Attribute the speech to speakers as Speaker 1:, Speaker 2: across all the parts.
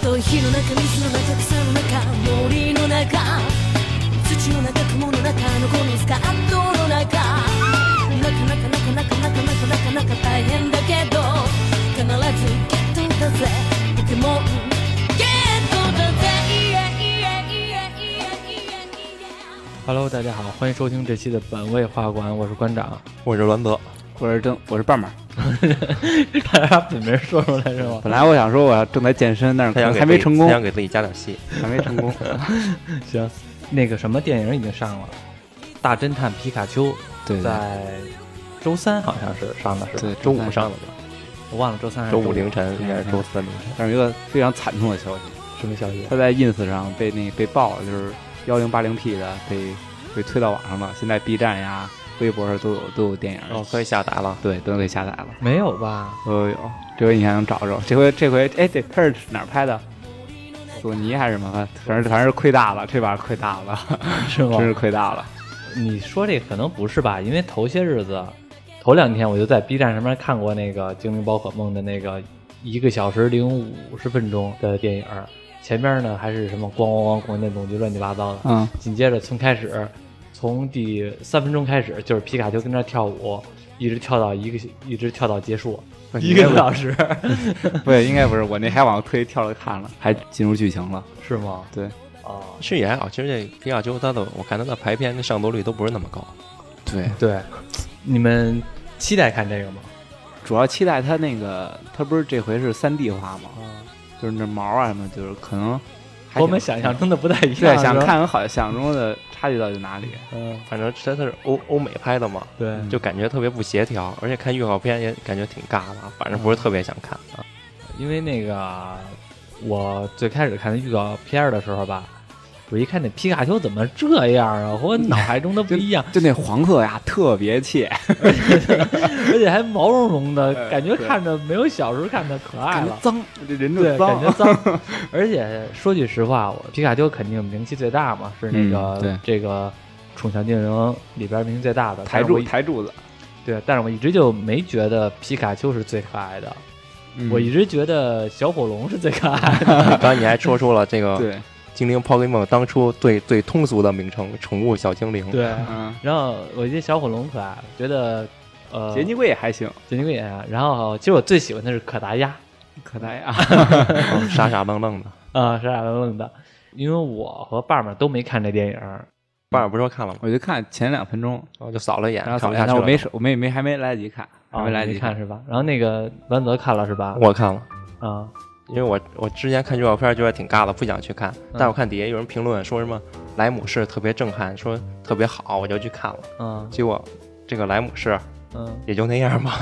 Speaker 1: 中水の中草の中森の中土の中雲の中のゴミスカートの中なかなかなかなかなかなかなかなかなか大変だけど必ずゲットだぜポケモンゲットだぜイエイエイエイエイエイエイエイ
Speaker 2: Hello，大家好，欢迎收听这期的本位画馆，我是馆长。
Speaker 3: 我是栾泽，
Speaker 4: 我是正，我是棒棒。
Speaker 2: 大家本名说出来是 吗？
Speaker 4: 本来我想说我要正在健身，但
Speaker 3: 他
Speaker 4: 是
Speaker 3: 想给
Speaker 4: 嗯还没
Speaker 3: 自己
Speaker 4: 成功
Speaker 3: 他，想给自己加点戏。
Speaker 4: 还没成功。
Speaker 2: 行，那个什么电影已经上了，《大侦探皮卡丘
Speaker 4: 对》对
Speaker 2: 在周三好像是上的是吧？
Speaker 4: 对，
Speaker 3: 周五上的吧？
Speaker 2: 我忘了周三还是
Speaker 3: 周五
Speaker 2: 五
Speaker 3: 凌晨应该是周三凌晨。
Speaker 4: 但是有一个非常惨痛的消息，啊
Speaker 2: 什么消息？
Speaker 4: 他在 ins 上被那被爆了，就是幺零八零 P 的被被推到网上了。现在 B 站呀、微博上都有都有电影，
Speaker 3: 哦，可以下达了。
Speaker 4: 对，都可以下载了。
Speaker 2: 没有吧？
Speaker 4: 都有，这回你还能找着？这回这回，哎，对，他是哪儿拍的？索尼还是什么？反正反正是亏大了，这把亏大了，
Speaker 2: 是吗
Speaker 4: 真？是亏大了。
Speaker 2: 你说这可能不是吧？因为头些日子，头两天我就在 B 站上面看过那个《精灵宝可梦》的那个一个小时零五十分钟的电影儿，前面呢还是什么咣咣咣广电总局乱七八糟的，
Speaker 4: 嗯，
Speaker 2: 紧接着从开始，从第三分钟开始就是皮卡丘跟那儿跳舞，一直跳到一个一直跳到结束，一个小时
Speaker 4: 不对，应该不是，我那还往推跳了看了，还进入剧情了。
Speaker 2: 是吗？
Speaker 4: 对
Speaker 2: 哦，
Speaker 3: 是也还好，其实这皮卡丘它的，我看它的排片跟上座率都不是那么高。
Speaker 4: 对，
Speaker 2: 对，你们期待看这个吗？
Speaker 4: 主要期待它那个，它不是这回是三 D 化吗？就是那毛啊什么，就是可能
Speaker 2: 嗯
Speaker 4: 还
Speaker 2: 和我们
Speaker 4: 挺
Speaker 2: 想象中的不太一样，
Speaker 4: 对想
Speaker 2: 是吧，
Speaker 4: 看好想象中的差距到底哪里？
Speaker 2: 嗯，
Speaker 3: 反正它它是欧欧美拍的嘛，
Speaker 2: 对，
Speaker 3: 就感觉特别不协调，而且看预告片也感觉挺尬的，反正不是特别想看啊。
Speaker 2: 因为那个我最开始看那预告片儿的时候吧，我一看那皮卡丘怎么这样啊，和我脑海中的不
Speaker 4: ，
Speaker 2: 一样
Speaker 4: 就那黄色呀，特别切，
Speaker 2: 而且还毛茸茸的，
Speaker 4: 哎
Speaker 2: 感觉
Speaker 4: 对
Speaker 2: 看着没有小时候看的可爱
Speaker 4: 感觉
Speaker 2: 了。
Speaker 4: 脏，这人就
Speaker 2: 对，感
Speaker 4: 脏
Speaker 2: 觉。脏， 而且说句实话，我皮卡丘肯定名气最大嘛，是那个、
Speaker 4: 嗯对
Speaker 2: 这个《宠物小精灵》里边名气最大的
Speaker 4: 抬
Speaker 2: 住
Speaker 4: 柱抬柱子，
Speaker 2: 对，但是我一直就没觉得皮卡丘是最可爱的，
Speaker 4: 嗯
Speaker 2: 我一直觉得小火龙是最可爱 的。
Speaker 3: 刚才你还说出了这个
Speaker 4: 对，
Speaker 3: 精灵 Pokemon 当初最最通俗的名称——宠物小精灵。，
Speaker 2: 对，
Speaker 4: 嗯，
Speaker 2: 然后我觉得小火龙可爱，觉得呃
Speaker 4: 杰尼龟也还行，
Speaker 2: 杰尼龟也爱。然后其实我最喜欢的是可达鸭，
Speaker 4: 可爱
Speaker 2: 嗯
Speaker 4: 啊。
Speaker 3: 嗯傻傻愣愣的。
Speaker 2: 啊、傻傻愣愣的。因为我和爸爸都没看这电影儿，
Speaker 3: 爸爸不是说看了吗？
Speaker 4: 我就看前两分钟，
Speaker 3: 然后就扫了一眼，
Speaker 4: 然后
Speaker 3: 看
Speaker 4: 怎
Speaker 3: 不下去
Speaker 4: 么样？但
Speaker 3: 了。
Speaker 4: 我没手，我没没还没来得及看，还
Speaker 2: 啊，
Speaker 4: 没来得
Speaker 2: 你
Speaker 4: 及
Speaker 2: 看。是吧？然后那个栾泽看了是吧？
Speaker 3: 我看了。
Speaker 2: 啊，
Speaker 3: 因为我我之前看预告片觉得挺尬的，不想去看，
Speaker 4: 嗯
Speaker 3: 但是我看底下有人评论说什么莱姆市特别震撼，说特别好，我就去看了。
Speaker 2: 嗯
Speaker 3: 结果这个莱姆市
Speaker 2: 嗯，
Speaker 3: 也就那样吧，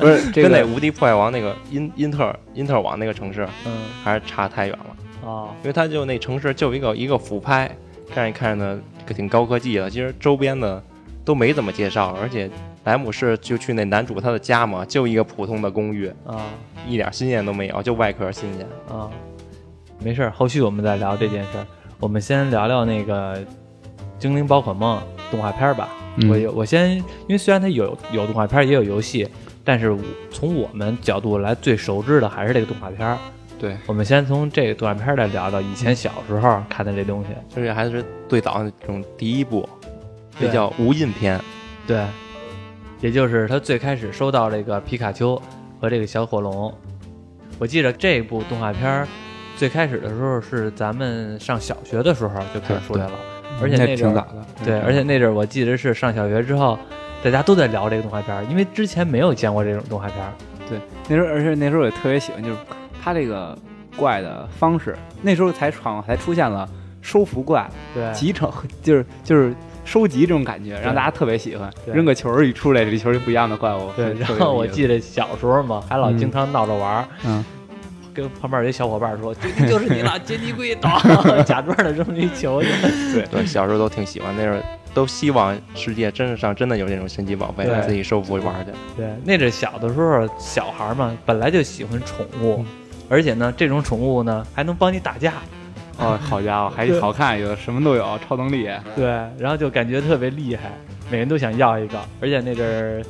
Speaker 4: 不是这
Speaker 3: 跟那
Speaker 4: 个，
Speaker 3: 无敌破坏王那个因因特尔因特尔网那个城市
Speaker 2: 嗯
Speaker 3: 还是差太远了，
Speaker 2: 哦，
Speaker 3: 因为它就那城市就一个一个俯拍，让你看着挺高科技的，其实周边的都没怎么介绍，而且莱姆市就去那男主他的家嘛，就一个普通的公寓，
Speaker 2: 啊
Speaker 3: 一点新鲜都没有，就外壳新鲜。
Speaker 2: 啊，没事儿，后续我们再聊这件事儿。我们先聊聊那个《精灵宝可梦》动画片儿吧。
Speaker 4: 嗯
Speaker 2: 我有我先，因为虽然它有有动画片儿，也有游戏，但是我从我们角度来最熟知的还是这个动画片儿。
Speaker 4: 对，
Speaker 2: 我们先从这个动画片儿来聊聊以前小时候看的这东西。
Speaker 3: 而且还是最早那种第一部，
Speaker 2: 对
Speaker 3: 那叫无印篇。
Speaker 2: 对，也就是他最开始收到这个皮卡丘和这个小火龙。我记得这部动画片儿最开始的时候是咱们上小学的时候就开始出来了，而且那
Speaker 4: 那挺
Speaker 2: 阵
Speaker 4: 早嗯
Speaker 2: 儿
Speaker 4: 的。
Speaker 2: 对，而且那阵儿我记得是上小学之后，大家都在聊这个动画片儿，因为之前没有见过这种动画片儿。
Speaker 4: 对那时候，而且那时候我特别喜欢，就是他这个怪的方式。那时候才闯，才出现了收服怪、
Speaker 2: 对
Speaker 4: 集成，就是就是收集这种感觉，让大家特别喜欢。
Speaker 2: 对
Speaker 4: 扔个球儿一出来，这球就不一样的怪物。
Speaker 2: 对，
Speaker 4: 特别
Speaker 2: 然
Speaker 4: 有
Speaker 2: 后我
Speaker 4: 意思
Speaker 2: 记得小时候嘛，还老
Speaker 4: 嗯
Speaker 2: 经常闹着玩儿，
Speaker 4: 嗯，
Speaker 2: 跟旁边有一小伙伴说：“就就是你了，杰尼龟 倒，假装的扔一球去。”
Speaker 3: 对，小时候都挺喜欢，那时候都希望世界真是上真的有这种神奇宝贝
Speaker 2: 对，
Speaker 3: 自己收服玩去。
Speaker 2: 对，那阵小的时候，小孩儿嘛，本来就喜欢宠物，
Speaker 4: 嗯
Speaker 2: 而且呢，这种宠物呢还能帮你打架，
Speaker 4: 哦，好家伙，还
Speaker 2: 对
Speaker 4: 好看，有什么都有，超能力。啊
Speaker 2: 对，然后就感觉特别厉害，每人都想要一个，而且那阵儿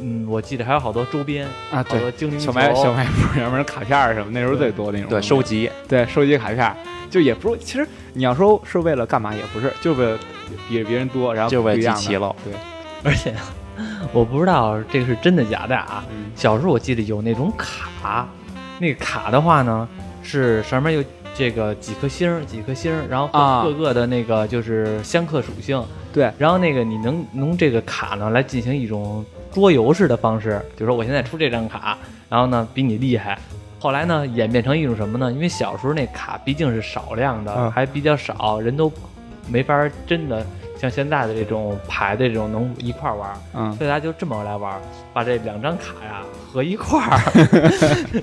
Speaker 2: 嗯，我记得还有好多周边，好
Speaker 4: 啊，
Speaker 2: 多
Speaker 4: 对，
Speaker 2: 精灵球
Speaker 4: 小卖小卖部要不然卡片儿什么，那时候最多那种东
Speaker 3: 对，
Speaker 4: 西，
Speaker 3: 收集
Speaker 4: 对收集卡片儿，就也不是，其实你要说是为了干嘛，也不是，就为了比别人多，然后
Speaker 3: 就为
Speaker 4: 不一
Speaker 3: 集
Speaker 4: 样
Speaker 3: 齐
Speaker 4: 的，
Speaker 3: 了。
Speaker 4: 对，
Speaker 2: 而且 我不知道这个是真的假的啊。
Speaker 4: 嗯
Speaker 2: 小时候我记得有那种卡，那个卡的话呢是上面有这个几颗星儿，几颗星儿，然后各、
Speaker 4: 啊
Speaker 2: 各个的那个就是相克属性，
Speaker 4: 对，
Speaker 2: 然后那个你能用这个卡呢来进行一种桌游式的方式，比如说我现在出这张卡，然后呢比你厉害。后来呢，演变成一种什么呢？因为小时候那卡毕竟是少量的，
Speaker 3: 嗯
Speaker 2: 还比较少，人都没法真的像现在的这种牌的这种能一块儿玩儿，
Speaker 4: 嗯，
Speaker 2: 所以大家就这么来玩儿，把这两张卡呀合一块儿，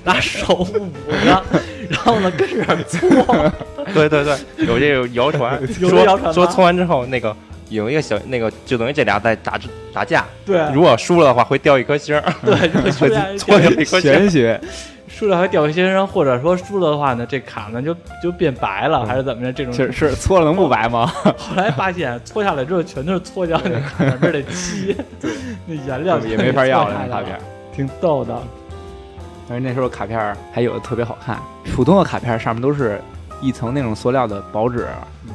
Speaker 2: 拿手捂着，然后呢跟着 搓，
Speaker 3: 对对对，有这种谣传，
Speaker 2: 有这谣传吗
Speaker 3: 说说搓完之后那个。有一个小那个，就等于这俩在打打架。
Speaker 2: 对
Speaker 3: 如果输了的话，会掉一颗星儿，
Speaker 2: 对，就 出来
Speaker 3: 会搓掉一颗星儿。
Speaker 4: 嗯玄学，
Speaker 2: 输了还掉一些人，或者说输了的话呢，这卡呢就就变白了，还是怎么着？这种
Speaker 4: 嗯是是搓了能不白吗？
Speaker 2: 后来发现搓下来之后全都是搓掉那卡上边的漆， 那颜料
Speaker 4: 也没法要了
Speaker 2: 全
Speaker 4: 那
Speaker 2: 给搓下来
Speaker 4: 卡片儿。
Speaker 2: 挺逗的。
Speaker 4: 但是那时候卡片儿还有的特别好看，普通的卡片儿上面都是一层那种塑料的薄纸，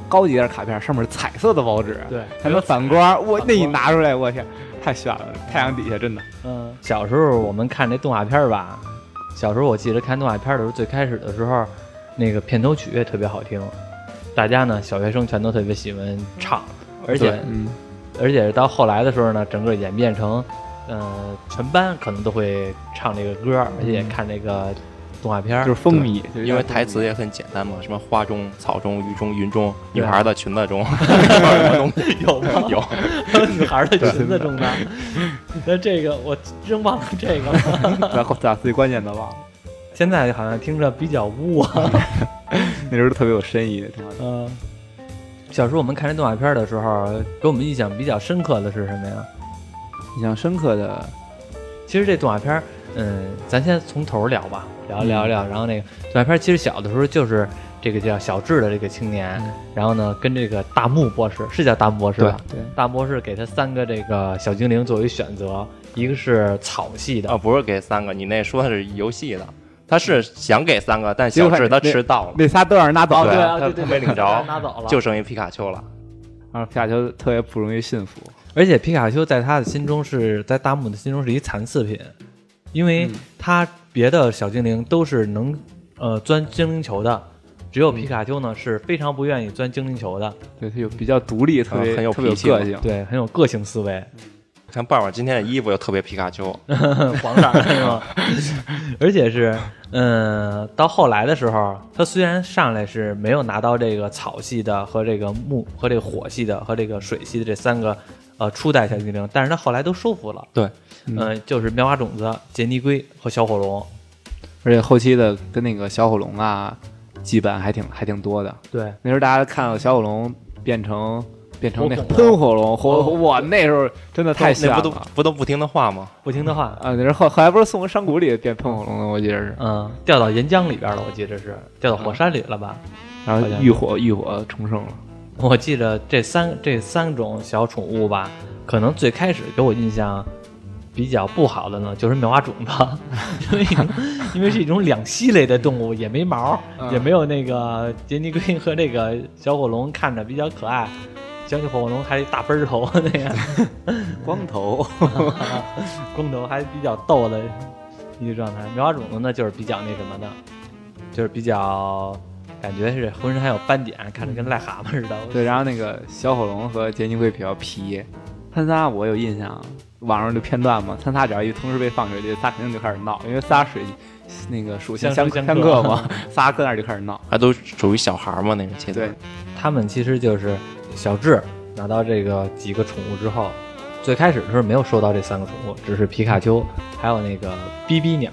Speaker 4: 高级点儿卡片儿上面是彩色的薄纸，
Speaker 2: 对
Speaker 4: 还能反光。我
Speaker 2: 反光
Speaker 4: 那一拿出来，我天，太炫了！太阳底下真的，
Speaker 2: 嗯，小时候我们看这动画片儿吧，小时候我记得看动画片儿的时候，最开始的时候，那个片头曲也特别好听，大家呢小学生全都特别喜欢唱，而且
Speaker 3: 对
Speaker 4: 嗯，
Speaker 2: 而且到后来的时候呢，整个演变成，呃，全班可能都会唱这个歌儿，而且也看这个动画片儿，
Speaker 4: 就是风靡，就是
Speaker 3: 因为台 词也很简单嘛，什么花中、草中、雨中、云中，
Speaker 2: 对啊
Speaker 3: 女孩的裙 子中，
Speaker 2: 有吗？
Speaker 3: 有
Speaker 2: 女 孩儿的裙子 中的。那这个我真忘了这个 了。
Speaker 4: 把把自己关键的忘了，
Speaker 2: 现在好像听着比较污啊。
Speaker 4: 那时候特别有深意的挺好的。
Speaker 2: 嗯，小时候我们看这动画片儿的时候，给我们印象比较深刻的是什么呀？
Speaker 4: 印象深刻的，
Speaker 2: 其实这动画片儿，嗯，咱先从头儿聊吧，聊
Speaker 4: 嗯
Speaker 2: 聊聊。然后那个动画片儿，其实小的时候就是这个叫小智的这个青年，然后呢跟这个大木博士是叫大木博士吧？
Speaker 4: 对对
Speaker 2: 大木博士给他三个这个小精灵作为选择，一个是草系的
Speaker 3: 啊，，不是给三个，你那说的是游戏的，他是想给三个，但
Speaker 4: 结
Speaker 3: 小
Speaker 4: 果
Speaker 3: 智
Speaker 4: 他
Speaker 3: 他迟到了，
Speaker 4: 那仨都让人拿走
Speaker 2: 哦对
Speaker 4: 了，
Speaker 2: 啊
Speaker 3: 他
Speaker 2: 对
Speaker 3: 他没领着，
Speaker 2: 拿走了
Speaker 3: 就剩一皮卡丘了。
Speaker 4: 然后皮卡丘特别不容易驯服，
Speaker 2: 而且皮卡丘在他的心中是在大木的心中是一残次品，因为他别的小精灵都是能呃钻精灵球的，只有皮卡丘呢是非常不愿意钻精灵球的，
Speaker 4: 对，它有比较独立，特别
Speaker 3: 很有
Speaker 4: 特别有
Speaker 3: 脾气嘛
Speaker 4: 个性，
Speaker 2: 对，很有个性思维，
Speaker 3: 看爸爸今天的衣服又特别皮卡丘，
Speaker 2: 黄色儿的是吗？ 而且是嗯，到后来的时候，他虽然上来是没有拿到这个草系的和这个木和这个火系的和这个水系的这三个呃初代小精灵，但是他后来都收服了，
Speaker 3: 对，
Speaker 2: 嗯、就是妙蛙种子、杰尼龟和小火龙。
Speaker 4: 而且后期的跟那个小火龙啊，羁绊还挺还挺多的。
Speaker 2: 对，
Speaker 4: 那时候大家看到小火龙变成变成那
Speaker 2: 火
Speaker 4: 个
Speaker 2: 恐龙
Speaker 4: 喷火龙，哦火
Speaker 2: 哦
Speaker 4: 哇，那时候真的太炫
Speaker 3: 那
Speaker 4: 了
Speaker 3: 不都不都不停的画吗？
Speaker 2: 不听的话，
Speaker 4: 啊！那时候后后来不是送回山谷里变喷火龙的，我记得是，
Speaker 2: 嗯，掉到岩浆里边了，我记得是掉到火山里了吧？
Speaker 4: 然后
Speaker 2: 好像
Speaker 4: 浴火浴火重生了。
Speaker 2: 我记得这三这三种小宠物吧，可能最开始给我印象比较不好的呢，就是妙蛙种子， 因为 因为是一种两栖类的动物，也没毛，
Speaker 4: 嗯
Speaker 2: 也没有那个杰尼龟和这个小火龙看着比较可爱，小火龙还大奔儿头 那样，
Speaker 4: 光头
Speaker 2: 光头还比较逗的一个状态。苗花种子呢，就是比较那什么的，就是比较感觉是浑身还有斑点，看着跟癞蛤蟆似的。
Speaker 4: 对，然后那个小火龙和杰尼龟比较皮，他仨我有印象，网上的片段嘛，他仨只要一同时被放出去，仨肯定就开始闹，因为仨水那个属性
Speaker 2: 相生
Speaker 4: 相
Speaker 2: 相
Speaker 4: 克
Speaker 2: 克
Speaker 4: 嘛，仨搁那儿就开始闹。
Speaker 3: 还都属于小孩嘛那种阶
Speaker 4: 对
Speaker 3: 段。，
Speaker 2: 他们其实就是小智拿到这个几个宠物之后，最开始的时候没有收到这三个宠物，只是皮卡丘，还有那个哔哔鸟，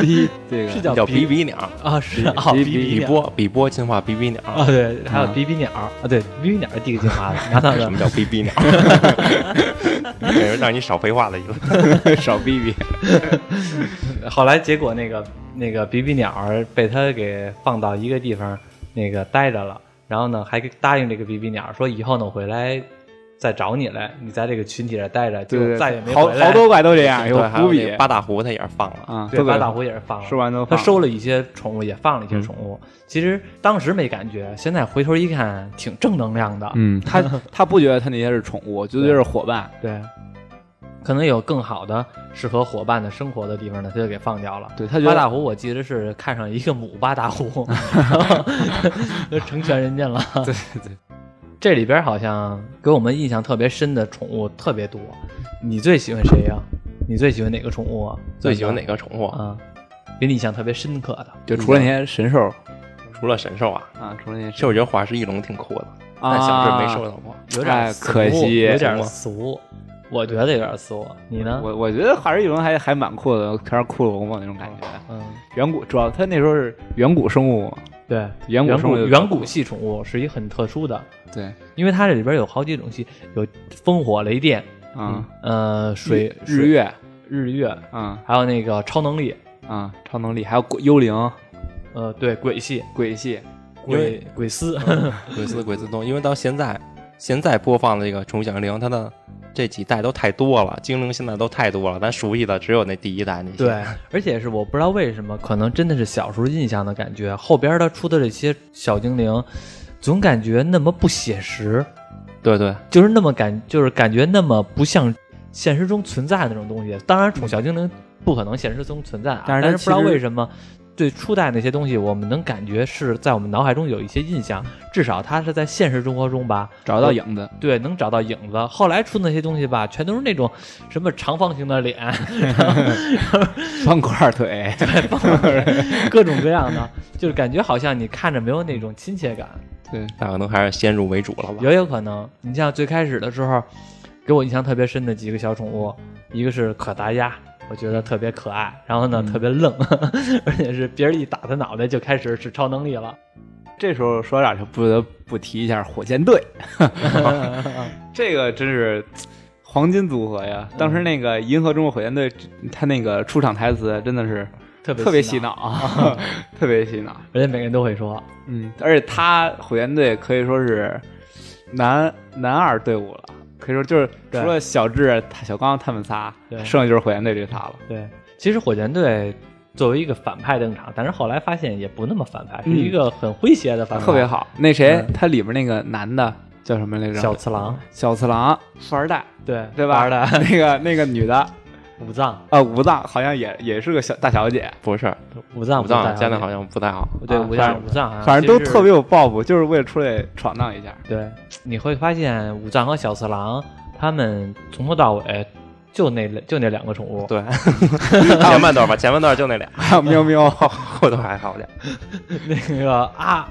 Speaker 4: 第一这个
Speaker 2: 是叫
Speaker 3: 叫
Speaker 2: 比
Speaker 3: 比比鸟，
Speaker 2: 啊，是啊，哔哔
Speaker 4: 比比
Speaker 3: 比
Speaker 2: 鸟
Speaker 3: 波比波进化比比鸟，
Speaker 2: 啊，对，还有
Speaker 4: 嗯
Speaker 2: 比比鸟啊，对，比比鸟是第啊一个进化的，拿到了
Speaker 3: 什么叫比比鸟？感觉让你少废话了一个。
Speaker 4: 少逼逼，
Speaker 2: 后来结果那个那个比比鸟儿被他给放到一个地方那个待着了，然后呢还给答应这个比比鸟儿说以后呢我会来再找你来，你在这个群体这待着，
Speaker 4: 对
Speaker 2: 就
Speaker 4: 对，
Speaker 2: 再也没
Speaker 4: 好
Speaker 2: 回来。
Speaker 4: 好多怪都这样，有
Speaker 3: 对，啊还
Speaker 4: 伏
Speaker 3: 那
Speaker 4: 笔
Speaker 3: 个八大胡他也是放了，
Speaker 4: 啊，
Speaker 2: 对，
Speaker 4: 都
Speaker 2: 八
Speaker 4: 给
Speaker 2: 大胡也是放了，
Speaker 4: 说完都
Speaker 2: 他
Speaker 4: 放
Speaker 2: 收了一些宠物，也放了一些宠物。其实当时没感觉，现在回头一看，挺正能量的。
Speaker 4: 嗯， 他他不觉得他那些是宠物，就觉得是伙伴。
Speaker 2: 对，可能有更好的适合伙伴的生活的地方呢，他就给放掉了。
Speaker 4: 对他觉
Speaker 2: 八
Speaker 4: 得
Speaker 2: 大胡，我记得是看上一个母八大胡，然后就 成全人家了。
Speaker 4: 对 对，
Speaker 2: 这里边好像给我们印象特别深的宠物特别多。你最喜欢谁呀、你最喜欢哪个宠物啊？
Speaker 3: 最喜欢哪个宠物？
Speaker 2: 啊？给你印象特别深刻的，
Speaker 4: 就除了那些
Speaker 2: 嗯
Speaker 4: 神兽
Speaker 3: 除了神兽啊，
Speaker 4: 啊，除了那些
Speaker 3: 其实我觉得花式翼龙挺酷的，但
Speaker 4: 啊
Speaker 3: 小时候没收到过。
Speaker 2: 有点
Speaker 4: 哎
Speaker 2: 俗
Speaker 4: 可惜
Speaker 2: 有点
Speaker 3: 行吗
Speaker 2: 俗，我觉得有点俗。你呢？
Speaker 4: 我我觉得华氏翼龙还还蛮酷的，全是酷龙嘛那种感觉。
Speaker 2: 嗯，
Speaker 4: 远古主要它那时候是远古生物嘛，
Speaker 2: 对，
Speaker 4: 远古
Speaker 2: 远
Speaker 4: 生物
Speaker 2: 古
Speaker 4: 就
Speaker 2: 远古系宠物是一很特殊的，
Speaker 4: 对，
Speaker 2: 因为它这里边有好几种系，有烽火雷电，
Speaker 4: 啊，
Speaker 2: 呃，水
Speaker 4: 日、月，
Speaker 2: 水日月，
Speaker 4: 啊
Speaker 2: 还有那个超能力，
Speaker 4: 啊，超能力，还有鬼幽灵、
Speaker 2: 呃，对，鬼系
Speaker 4: 鬼系，
Speaker 3: 因为
Speaker 2: 鬼嗯鬼丝，
Speaker 3: 鬼子鬼子动，因为到现在现在播放的这个《宠物小精灵》，它的这几代都太多了，精灵现在都太多了，咱熟悉的只有那第一代那些。
Speaker 2: 对，而且是我不知道为什么，可能真的是小时候印象的感觉，后边他出的这些小精灵，总感觉那么不写实，
Speaker 3: 对对
Speaker 2: 就是那么感，就是感觉那么不像现实中存在的那种东西。当然，宠小精灵不可能现实中存在啊，
Speaker 4: 但
Speaker 2: 但
Speaker 4: 是它
Speaker 2: 不知道
Speaker 4: 其实
Speaker 2: 为什么。对初代那些东西，我们能感觉是在我们脑海中有一些印象，至少它是在现实生活中吧，
Speaker 4: 找到影子，
Speaker 2: 对，能找到影子。后来出那些东西吧，全都是那种什么长方形的脸，然后
Speaker 4: 方块 腿，
Speaker 2: 各种各样的，就是感觉好像你看着没有那种亲切感，
Speaker 4: 对，
Speaker 3: 那可能还是先入为主了吧。
Speaker 2: 也有可能。你像最开始的时候，给我印象特别深的几个小宠物，一个是可达鸭，我觉得特别可爱，然后呢、
Speaker 4: 嗯
Speaker 2: 特别愣， 而且是别人一打它脑袋就开始使超能力了。
Speaker 4: 这时候说到这儿就不得不提一下火箭 队，这个真是黄金组合呀！
Speaker 2: 嗯
Speaker 4: 当时那个《银河中国火箭队》，他那个出场台词真的是
Speaker 2: 特别
Speaker 4: 特别
Speaker 2: 洗
Speaker 4: 洗
Speaker 2: 脑
Speaker 4: 脑啊， 特别洗 脑。
Speaker 2: 而且每个人都会说，
Speaker 4: 嗯，而且他火箭队可以说是男男二队伍了，可以说就是除
Speaker 2: 对
Speaker 4: 了小智、他小刚他们仨，
Speaker 2: 对
Speaker 4: 剩下就是火箭队这仨了。
Speaker 2: 对，其实火箭队。作为一个反派登场，但是后来发现也不那么反派，是
Speaker 4: 嗯
Speaker 2: 一个很诙谐的反派，
Speaker 4: 特别好，那谁，他里边那个男的叫什么来着？
Speaker 2: 小次郎，
Speaker 4: 小次郎，富二代，
Speaker 2: 对
Speaker 4: 对
Speaker 2: 玩
Speaker 4: 吧？
Speaker 2: 儿的
Speaker 4: 那个那个女的，
Speaker 2: 武藏，
Speaker 4: 啊，武藏好像也也是个小大小姐，
Speaker 3: 不是，
Speaker 2: 武藏，
Speaker 3: 武藏
Speaker 2: 好
Speaker 3: 现在
Speaker 2: 像
Speaker 3: 好像不太好。
Speaker 2: 对，
Speaker 4: 啊
Speaker 2: 武
Speaker 4: 反
Speaker 2: 藏
Speaker 4: 正
Speaker 2: 武藏好像
Speaker 4: 反正都
Speaker 2: 其实
Speaker 4: 特别有抱负，就是为了出来闯荡一下。
Speaker 2: 对。你会发现武藏和小次郎他们从头到尾就那就那两个宠物，
Speaker 3: 对， 前半段吧，前半段就那俩，
Speaker 4: 还有喵喵，
Speaker 3: 后头还好点。
Speaker 2: 那个阿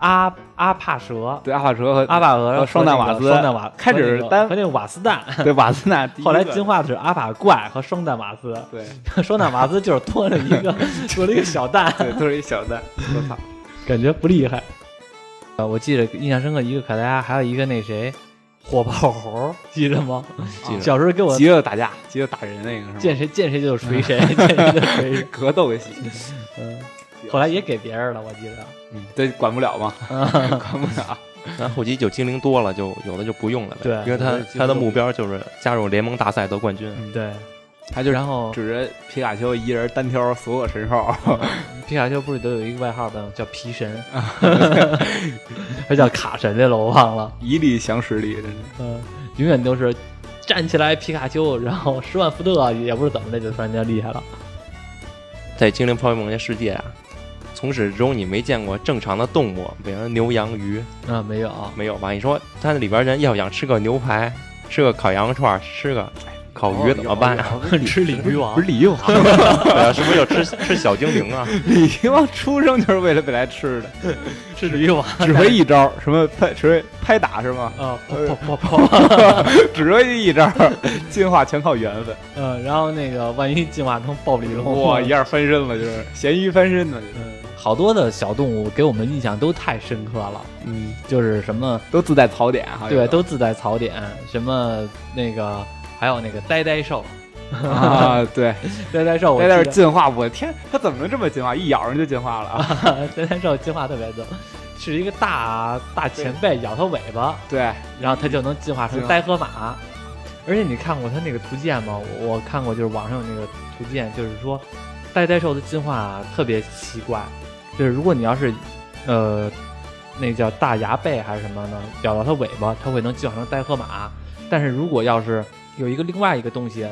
Speaker 2: 阿阿帕蛇、
Speaker 4: 对阿帕蛇和
Speaker 2: 阿帕俄、
Speaker 4: 双蛋瓦斯
Speaker 2: 双蛋瓦
Speaker 4: 开始
Speaker 2: 和那
Speaker 4: 是
Speaker 2: 个
Speaker 4: 单
Speaker 2: 和那个瓦斯蛋，
Speaker 4: 对瓦斯纳，第一个
Speaker 2: 后来进化的是阿帕怪和双蛋瓦斯，
Speaker 4: 对
Speaker 2: 双蛋瓦斯就是多了一 个多了一个小蛋，
Speaker 4: 对都是一小蛋，我操，
Speaker 2: 感觉不厉害。啊，我记得印象深刻一个可达鸭，还有一个那谁火爆猴，记得吗？
Speaker 3: 记得
Speaker 2: 小时候给我
Speaker 4: 急着打架，急着打人那个是
Speaker 2: 见
Speaker 4: 吗？
Speaker 2: 谁见谁就锤谁， 见谁就锤谁。嗯
Speaker 4: 格斗戏，
Speaker 2: 后来也给别人了，我记得。
Speaker 4: 嗯，对，管不了嘛，管不了。
Speaker 3: 咱后期就精灵多了，就有的就不用了呗。
Speaker 2: 对
Speaker 3: 因为
Speaker 2: 有
Speaker 3: 他
Speaker 2: 的几乎
Speaker 3: 他的
Speaker 2: 都
Speaker 3: 目标就是加入联盟大赛得冠军。
Speaker 2: 对，
Speaker 4: 他就
Speaker 2: 然后
Speaker 4: 指着皮卡丘一人单挑所有神兽，
Speaker 2: 皮卡丘不是都有一个外号吗？叫皮 神，还叫卡神来了，我忘了。
Speaker 4: 一力降十力，真是
Speaker 2: 嗯，永远都是站起来皮卡丘，然后十万伏特，也不知道怎么的就突然间厉害了。
Speaker 3: 在精灵漂流梦这世界啊，从始至终你没见过正常的动物，比如说牛、羊、鱼
Speaker 2: 啊，没有，
Speaker 3: 没有吧？你说它那里边人要想吃个牛排，吃个烤羊肉串，吃个烤鱼怎么办啊？
Speaker 2: 吃鲤鱼王
Speaker 4: 不是。鲤鱼王，
Speaker 3: 对啊，是不是就吃吃小精灵啊？
Speaker 4: 鲤鱼王出生就是为了被来吃的，
Speaker 2: 吃鲤鱼王
Speaker 4: 只会一招，什么拍只会拍打是吗？
Speaker 2: 啊，噗噗噗噗，
Speaker 4: 只会一招，进化全靠缘分。
Speaker 2: 嗯，然后那个万一进化成暴
Speaker 4: 哎
Speaker 2: 鲤龙，
Speaker 4: 哇，一下翻身了，就是咸鱼翻身呢，就是
Speaker 2: 嗯，好多的小动物给我们印象都太深刻了，
Speaker 4: 嗯，
Speaker 2: 就是什么
Speaker 4: 都自带槽点哈。
Speaker 2: 对，
Speaker 4: 有的
Speaker 2: 都自带槽点，什么那个还有那个呆呆兽，
Speaker 4: 啊， 对，
Speaker 2: 呆呆兽我
Speaker 4: 在
Speaker 2: 记得，
Speaker 4: 那儿进化，我天，它怎么能这么进化？一咬人就进化了啊！
Speaker 2: 呆呆兽进化特别多，是一个大大前辈咬他尾巴，
Speaker 4: 对，
Speaker 2: 然后他就能进化成
Speaker 4: 对
Speaker 2: 呆河马。而且你看过他那个图鉴吗？我我看过，就是网上有那个图鉴，就是说呆呆兽的进化特别奇怪，就是如果你要是呃那叫大牙贝还是什么呢，咬到它尾巴，它会能进化成呆河马。但是如果要是有一个另外一个东西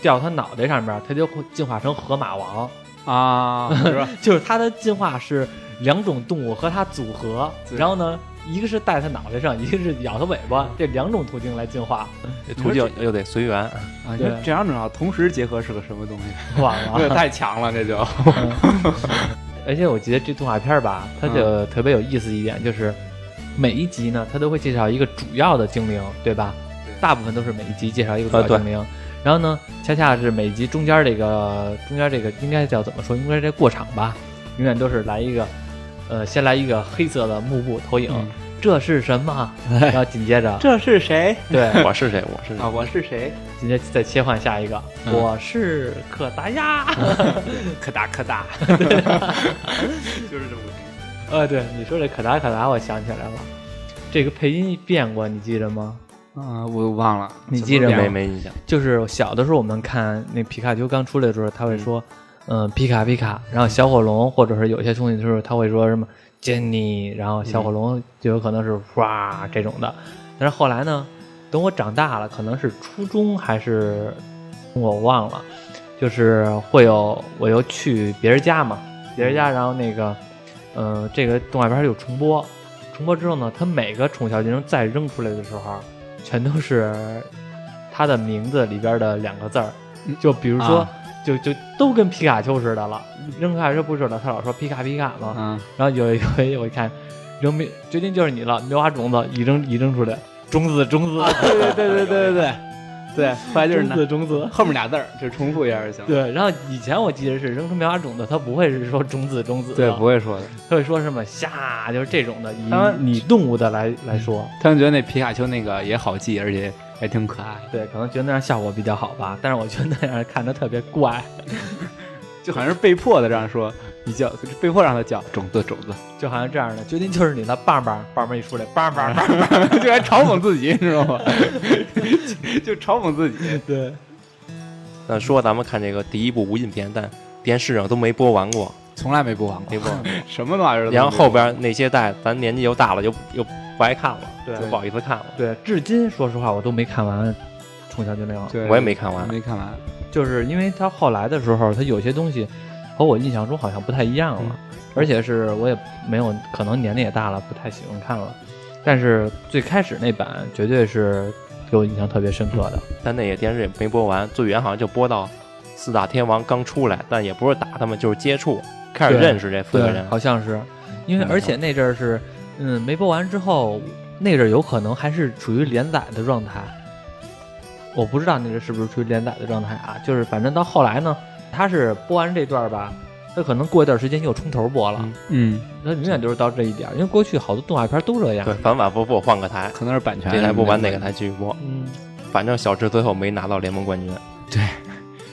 Speaker 2: 掉到它脑袋上面，它就会进化成河马王。
Speaker 4: 啊，是吧？
Speaker 2: 就是它的进化是两种动物和它组合，
Speaker 4: 对
Speaker 2: 然后呢，一个是戴它脑袋上，一个是咬它尾巴，这两种途径来进化，
Speaker 3: 这 途径又得随缘。
Speaker 4: 啊，你说
Speaker 2: 对
Speaker 4: 这两种要同时结合是个什么东西？啊
Speaker 2: 完
Speaker 4: 这
Speaker 2: 了。
Speaker 4: 太强了，这就
Speaker 2: 而且我觉得这动画片儿吧，它
Speaker 4: 嗯
Speaker 2: 就特别有意思一点，就是每一集呢，它都会介绍一个主要的精灵，对吧？
Speaker 4: 对
Speaker 2: 大部分都是每一集介绍一个主
Speaker 3: 啊
Speaker 2: 要
Speaker 3: 对
Speaker 2: 精灵，然后呢，恰恰是每集中间这个中间这个应该叫怎么说？应该这过场吧，永远都是来一个，呃，先来一个黑色的幕布投影，
Speaker 4: 嗯哎
Speaker 2: 这是什么？啊然后紧接着，
Speaker 4: 这是谁
Speaker 2: 对，
Speaker 3: 我是谁？我是谁
Speaker 4: 啊？？我是谁？
Speaker 2: 紧接着再切换下一个，
Speaker 4: 嗯
Speaker 2: 我是可达鸭。
Speaker 4: 可大 可 大，就是这么个
Speaker 2: 呃，对，你说这可达可达，我想起来了，这个配音变过，你记得吗？
Speaker 4: 啊，我忘了，
Speaker 2: 你记着
Speaker 4: 怎么
Speaker 3: 没
Speaker 4: 变
Speaker 3: 没印象。
Speaker 2: 就是小的时候我们看那皮卡丘刚出来的时候，他会说，嗯、皮卡皮卡，然后小火龙或者是有些东西的时候，他会说什么 Jenny，然后
Speaker 4: 嗯
Speaker 2: 小火龙就有可能是哇这种的。但是后来呢，等我长大了，可能是初中还是我忘了，就是会有我又去别人家嘛，别人
Speaker 4: 嗯
Speaker 2: 家，然后那个，呃，这个动画片有重播，重播之后呢，它每个宠物小精灵再扔出来的时候，全都是 它的名字里边的两个字儿
Speaker 4: 嗯，
Speaker 2: 就比如说，
Speaker 4: 啊
Speaker 2: 就就都跟皮卡丘似的了，扔皮卡丘不是了，他老说皮卡皮卡嘛，
Speaker 4: 啊，
Speaker 2: 然后有一回我一看，扔棉，决定就是你了，棉花种子一扔一扔出来，种子种子，
Speaker 4: 对对对对对对对，后来就是
Speaker 2: 种
Speaker 4: 拿
Speaker 2: 子种子。
Speaker 4: 后面俩字儿，就是重复一下就行了。
Speaker 2: 对，然后以前我记得是扔出棉花种子，他不会是说种子种子的，
Speaker 4: 对，不会说的。
Speaker 2: 他会说什么虾，就是这种的，以
Speaker 4: 当然
Speaker 2: 你动物的来来说，
Speaker 4: 他们觉得那皮卡丘那个也好记，而且还挺可爱，
Speaker 2: 对，可能觉得那样效果比较好吧，但是我觉得那样看着特别怪，
Speaker 4: 就好像是被迫的这样说，你叫被迫让他叫种子种子，
Speaker 2: 就好像这样的，决定就是你了，棒棒棒棒一 出来，棒棒棒，
Speaker 4: 就还嘲讽自己，你知道吗？ 就嘲讽自己。
Speaker 2: 对，
Speaker 3: 那说咱们看这个第一部无印片，但电视上都没播完过，
Speaker 4: 从来没播完
Speaker 3: 没播。完。
Speaker 4: 什么玩意儿？
Speaker 3: 然后后边那些代，咱年纪又大了，又又不爱看了，
Speaker 2: 对
Speaker 3: 就不好意思看了。
Speaker 2: 对，至今说实话我都没看完《宠物小精灵》，
Speaker 4: 对
Speaker 3: 我也没看完，
Speaker 4: 嗯没看完，
Speaker 3: 嗯
Speaker 2: 就是因为它后来的时候，它有些东西和我印象中好像不太一样了，而且是我也没有，可能年龄也大了，不太喜欢看了。但是最开始那版绝对是给我印象特别深刻的。
Speaker 3: 但那也电视也没播完，最远好像就播到四大天王刚出来，但也不是打他们，就是接触，开始
Speaker 2: 对
Speaker 3: 认识这四个
Speaker 2: 对
Speaker 3: 人，。
Speaker 2: 好像是，因为而且那阵儿是，嗯，没播完之后，那阵儿有可能还是处于连载的状态，我不知道那阵儿是不是处于连载的状态啊，就是反正到后来呢，他是播完这段儿吧，他可能过一段时间又冲头播了，
Speaker 4: 嗯，
Speaker 2: 他永远就是到这一点儿，因为过去好多动画片儿都这样
Speaker 3: 对，，反反复复换个台，
Speaker 4: 可能是版权。
Speaker 3: 这台播完哪个？台继续播。
Speaker 2: 嗯，
Speaker 3: 反正小智最后没拿到联盟冠军，
Speaker 4: 对，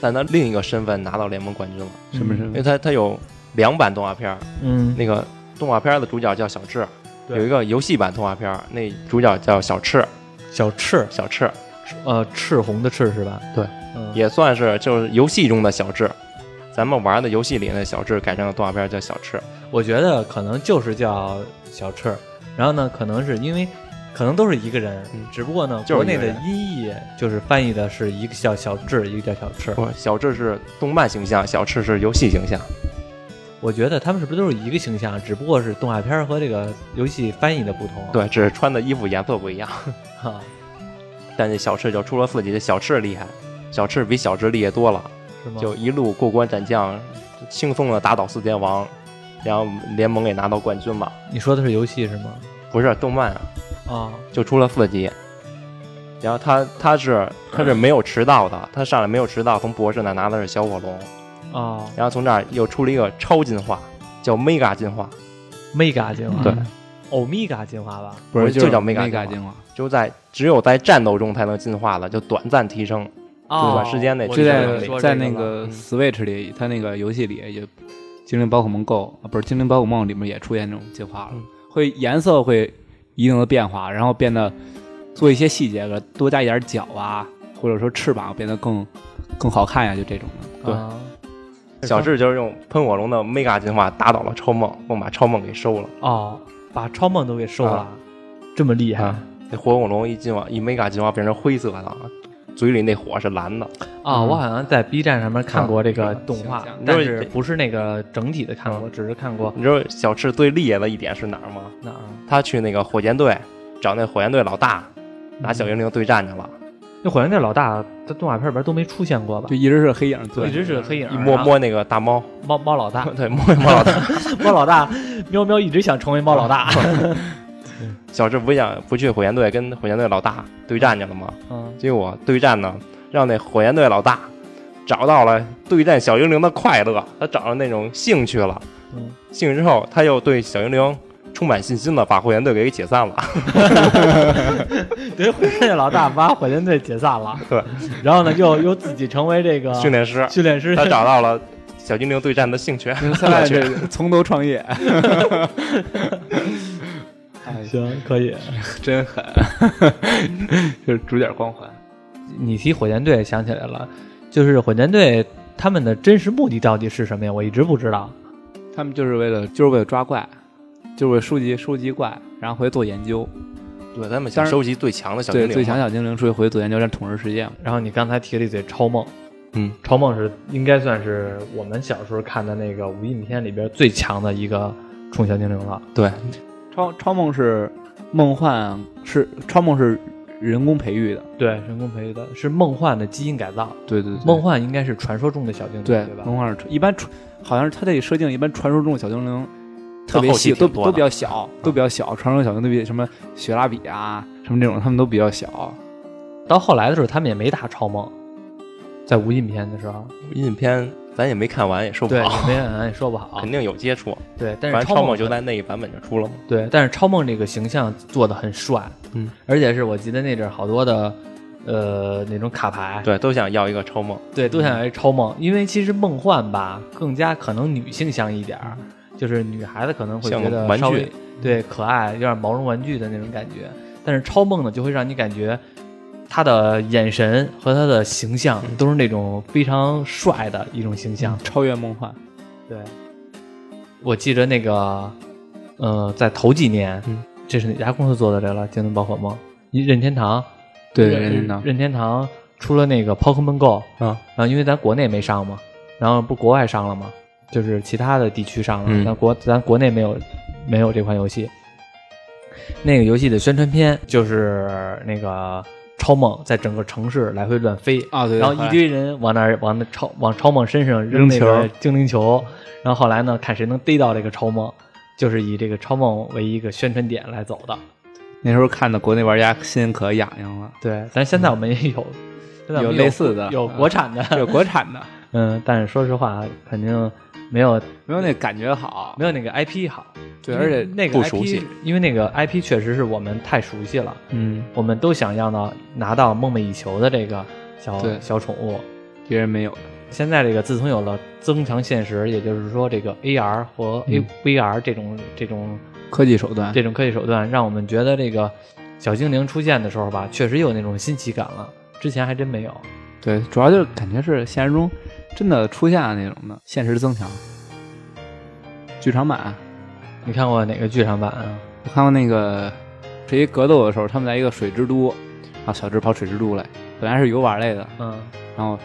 Speaker 3: 但他另一个身份拿到联盟冠军了，
Speaker 4: 什么什
Speaker 3: 因
Speaker 4: 么
Speaker 3: 为？他他有两版动画片儿，
Speaker 2: 嗯，
Speaker 3: 那个动画片儿的主角叫小智，
Speaker 2: 对
Speaker 3: 有一个游戏版动画片儿，那主角叫小赤，
Speaker 2: 小赤，
Speaker 3: 小赤
Speaker 2: 呃，赤红的赤是吧？
Speaker 3: 对，
Speaker 2: 嗯，
Speaker 3: 也算是就是游戏中的小智，咱们玩的游戏里那小智改成了动画片儿叫小赤，
Speaker 2: 我觉得可能就是叫小赤，然后呢，可能是因为可能都是一个人，
Speaker 3: 嗯
Speaker 2: 只不过呢，
Speaker 3: 就
Speaker 2: 国
Speaker 3: 是一个
Speaker 2: 内的
Speaker 3: 人
Speaker 2: 音译就是翻译的是一个叫小智，一个叫小赤。
Speaker 3: 不，小智是动漫形象，小赤是游戏形象，
Speaker 2: 我觉得他们是不是都是一个形象，只不过是动画片儿和这个游戏翻译的不同。
Speaker 3: 对，只是穿的衣服颜色不一样。
Speaker 2: 啊，
Speaker 3: 但这小赤就出了四级，这小赤厉害，小赤比小智厉害多了，
Speaker 2: 是吗？
Speaker 3: 就一路过关斩将，轻松的打倒四天王，然后联盟也拿到冠军了。
Speaker 2: 你说的是游戏是吗？
Speaker 3: 不是动漫啊，
Speaker 2: 啊，
Speaker 3: 就出了四级。然后他他是他是没有迟到的，他上来没有迟到，从博士那拿的是小火龙，
Speaker 2: 啊
Speaker 3: 然后从这儿又出了一个超进化，叫 Mega 进化，
Speaker 2: ，mega 进化，
Speaker 3: 对，
Speaker 2: 欧米伽进化吧，
Speaker 4: 不
Speaker 3: 我
Speaker 4: 是，
Speaker 3: 就叫没感
Speaker 4: 感
Speaker 3: 觉
Speaker 4: 进化，
Speaker 3: 就在只有在战斗中才能进化的，就短暂提升。
Speaker 2: 哦
Speaker 3: 短时间内
Speaker 2: 我
Speaker 4: 就
Speaker 2: 知道
Speaker 3: 这
Speaker 2: 你
Speaker 4: 在
Speaker 2: 说
Speaker 4: 在
Speaker 2: 这
Speaker 4: 那
Speaker 2: 了
Speaker 4: 个
Speaker 3: 嗯
Speaker 4: Switch 里，它那个游戏里也，精灵宝可梦 Go 啊，不是精灵宝可梦里面也出现这种进化了
Speaker 3: 嗯。
Speaker 4: 会颜色会一定的变化，然后变得做一些细节，多加一点脚啊，或者说翅膀变得更更好看呀、就这种的。对，
Speaker 2: 啊
Speaker 3: 小智就是用喷火龙的 mega 进化打倒了超梦，并把超梦给收了。
Speaker 2: 哦，把超梦都给收了
Speaker 3: 啊，
Speaker 2: 这么厉害
Speaker 3: 啊那火影龙一进化，一 mega 进化变成灰色的，啊嘴里那火是蓝的。
Speaker 2: 啊！我好像在 B 站上面看过这个
Speaker 3: 嗯
Speaker 2: 动画
Speaker 4: 行行，
Speaker 2: 但
Speaker 3: 你
Speaker 2: 是
Speaker 3: 说
Speaker 2: 不是那个整体的看
Speaker 3: 嗯
Speaker 2: 过，只是看过
Speaker 3: 你知道小智最厉害的一点是哪儿吗？
Speaker 2: 哪儿？啊
Speaker 3: 他去那个火箭队找那火箭队老大，嗯拿小精灵对战去了，
Speaker 2: 嗯那火焰队老大，他动画片里边都没出现过吧
Speaker 4: 就？一直是黑影做
Speaker 2: 一
Speaker 4: 的，
Speaker 2: 直是黑影，
Speaker 4: 嗯
Speaker 3: 一摸
Speaker 2: 然后
Speaker 3: 摸那个大猫，
Speaker 2: 猫猫老大，
Speaker 3: 对，摸一摸老大。
Speaker 2: 猫老大，喵喵一直想成为猫老大。
Speaker 3: 小智不想不去火箭队跟火箭队老大对战去了吗？
Speaker 2: 嗯，
Speaker 3: 结果对战呢，让那火箭队老大找到了对战小精灵的快乐，他找到那种兴趣了。
Speaker 2: 嗯，
Speaker 3: 兴趣之后，他又对小精灵充满信心了，把火箭队给解散了。
Speaker 4: 啊
Speaker 2: 对，火焰队老大把火箭队解散了，
Speaker 3: 对，
Speaker 2: 然后呢，又又自己成为这个
Speaker 3: 训练师，
Speaker 2: 训练师
Speaker 3: 他，找到了小精灵对战的兴趣。
Speaker 4: 现 在 这个从头创业，哎，
Speaker 2: 行，可以。
Speaker 4: 真狠， 就是主角光环。
Speaker 2: 你提火箭队想起来了，就是火箭队他们的真实目的到底是什么呀？我一直不知道。
Speaker 4: 他们就是为了就是为了抓怪，就是为了收集收集怪，然后回去做研究。
Speaker 3: 对，他们
Speaker 4: 当
Speaker 3: 想
Speaker 4: 然
Speaker 3: 收集最强的小精
Speaker 4: 对，
Speaker 3: 灵嘛，
Speaker 4: 最强小精灵出去回去做研究，让统治世界嘛。
Speaker 2: 然后你刚才提了一嘴超梦，
Speaker 3: 嗯，
Speaker 2: 超梦是应该算是我们小时候看的那个无印片里边最强的一个宠小精灵了。
Speaker 3: 对，
Speaker 4: 超超梦是梦幻，是超梦是人工培育的。
Speaker 2: 对，人工培育的是梦幻的基因改造，
Speaker 4: 对对对，
Speaker 2: 梦幻应该是传说中的小精灵，
Speaker 4: 对嗯
Speaker 2: 吧？
Speaker 4: 梦幻是一般传，好像是它这设定一般传说中的小精灵。特别
Speaker 3: 后期
Speaker 4: 细，都
Speaker 3: 挺多
Speaker 4: 都
Speaker 3: 的
Speaker 4: 比较小，都比较小。传说中小精灵都比什么雪拉比啊，什么这种，他们都比较小。
Speaker 2: 到后来的时候，他们也没打超梦，在无印片的时候，
Speaker 3: 印片咱也没看完，也说不
Speaker 2: 对，
Speaker 3: 好，
Speaker 2: 没人也说不好
Speaker 3: 肯，定有接触。
Speaker 2: 对，但
Speaker 3: 反
Speaker 2: 是
Speaker 3: 正超
Speaker 2: 梦
Speaker 3: 梦就在那一版本就出了嘛。
Speaker 2: 对，但是超梦这个形象做的很帅，
Speaker 3: 嗯，
Speaker 2: 而且是我记得那阵儿好多的，呃，那种卡牌，
Speaker 3: 对，都想要一个超梦。
Speaker 2: 对，都想要一超梦，因为其实梦幻吧，更加可能女性向一点儿，就是女孩子可能会
Speaker 3: 嗯像
Speaker 2: 觉得
Speaker 3: 玩
Speaker 2: 稍微
Speaker 3: 具
Speaker 2: 对可爱，有点毛绒玩具的那种感觉。但是超梦呢，就会让你感觉他的眼神和他的形象
Speaker 3: 嗯
Speaker 2: 都是那种非常帅的一种形象。
Speaker 4: 超越梦幻，
Speaker 2: 对，我记着那个，呃，在头几年，
Speaker 3: 嗯
Speaker 2: 这是哪家公司做的来了？精灵宝可梦，一任天堂，
Speaker 4: 对
Speaker 2: 任
Speaker 4: 任天堂
Speaker 2: 任天堂出了那个 Pokemon Go，
Speaker 3: 啊，
Speaker 2: 然后因为咱国内没上嘛，然后不国外上了嘛，就是其他的地区上了，
Speaker 3: 嗯
Speaker 2: 但国咱国内没有没有这款游戏。那个游戏的宣传片就是那个超梦在整个城市来回乱飞
Speaker 4: 啊对对
Speaker 2: 然后一堆人往那儿往那超往超梦身上扔那个
Speaker 4: 扔球
Speaker 2: 精灵球，然后后来呢，看谁能逮到这个超梦，就是以这个超梦为一个宣传点来走的。
Speaker 4: 那时候看的国内玩家心可痒痒 了。
Speaker 2: 对，咱现在我们也有，现在我们
Speaker 4: 有类似的
Speaker 2: 嗯有
Speaker 4: 啊
Speaker 2: 国产的，
Speaker 4: 有国产的，
Speaker 2: 嗯，但是说实话，肯定没有
Speaker 4: 没有那感觉好。
Speaker 2: 没有那个 IP 好。
Speaker 4: 对，
Speaker 2: 因为
Speaker 4: 而且
Speaker 2: 那个
Speaker 3: 不
Speaker 2: IP
Speaker 3: 熟悉，
Speaker 2: 因为那个 IP 确实是我们太熟悉了，
Speaker 4: 嗯，
Speaker 2: 我们都想要到拿到梦寐以求的这个小
Speaker 4: 对
Speaker 2: 小宠物。
Speaker 4: 别人没有的。
Speaker 2: 现在这个自从有了增强现实，也就是说这个 AR 和 A VR 这种、这种
Speaker 4: 科技手段，
Speaker 2: 这种科技手段，让我们觉得这个小精灵出现的时候吧，确实有那种新奇感了，之前还真没有。
Speaker 4: 对，主要就是感觉是现实中真的出现了那种的现实增强。剧场版，
Speaker 2: 你看过哪个剧场版啊？
Speaker 4: 我看过那个这一格斗的时候，他们在一个水之都，然后小智跑水之都来，本来是游玩类的，
Speaker 2: 嗯，
Speaker 4: 然后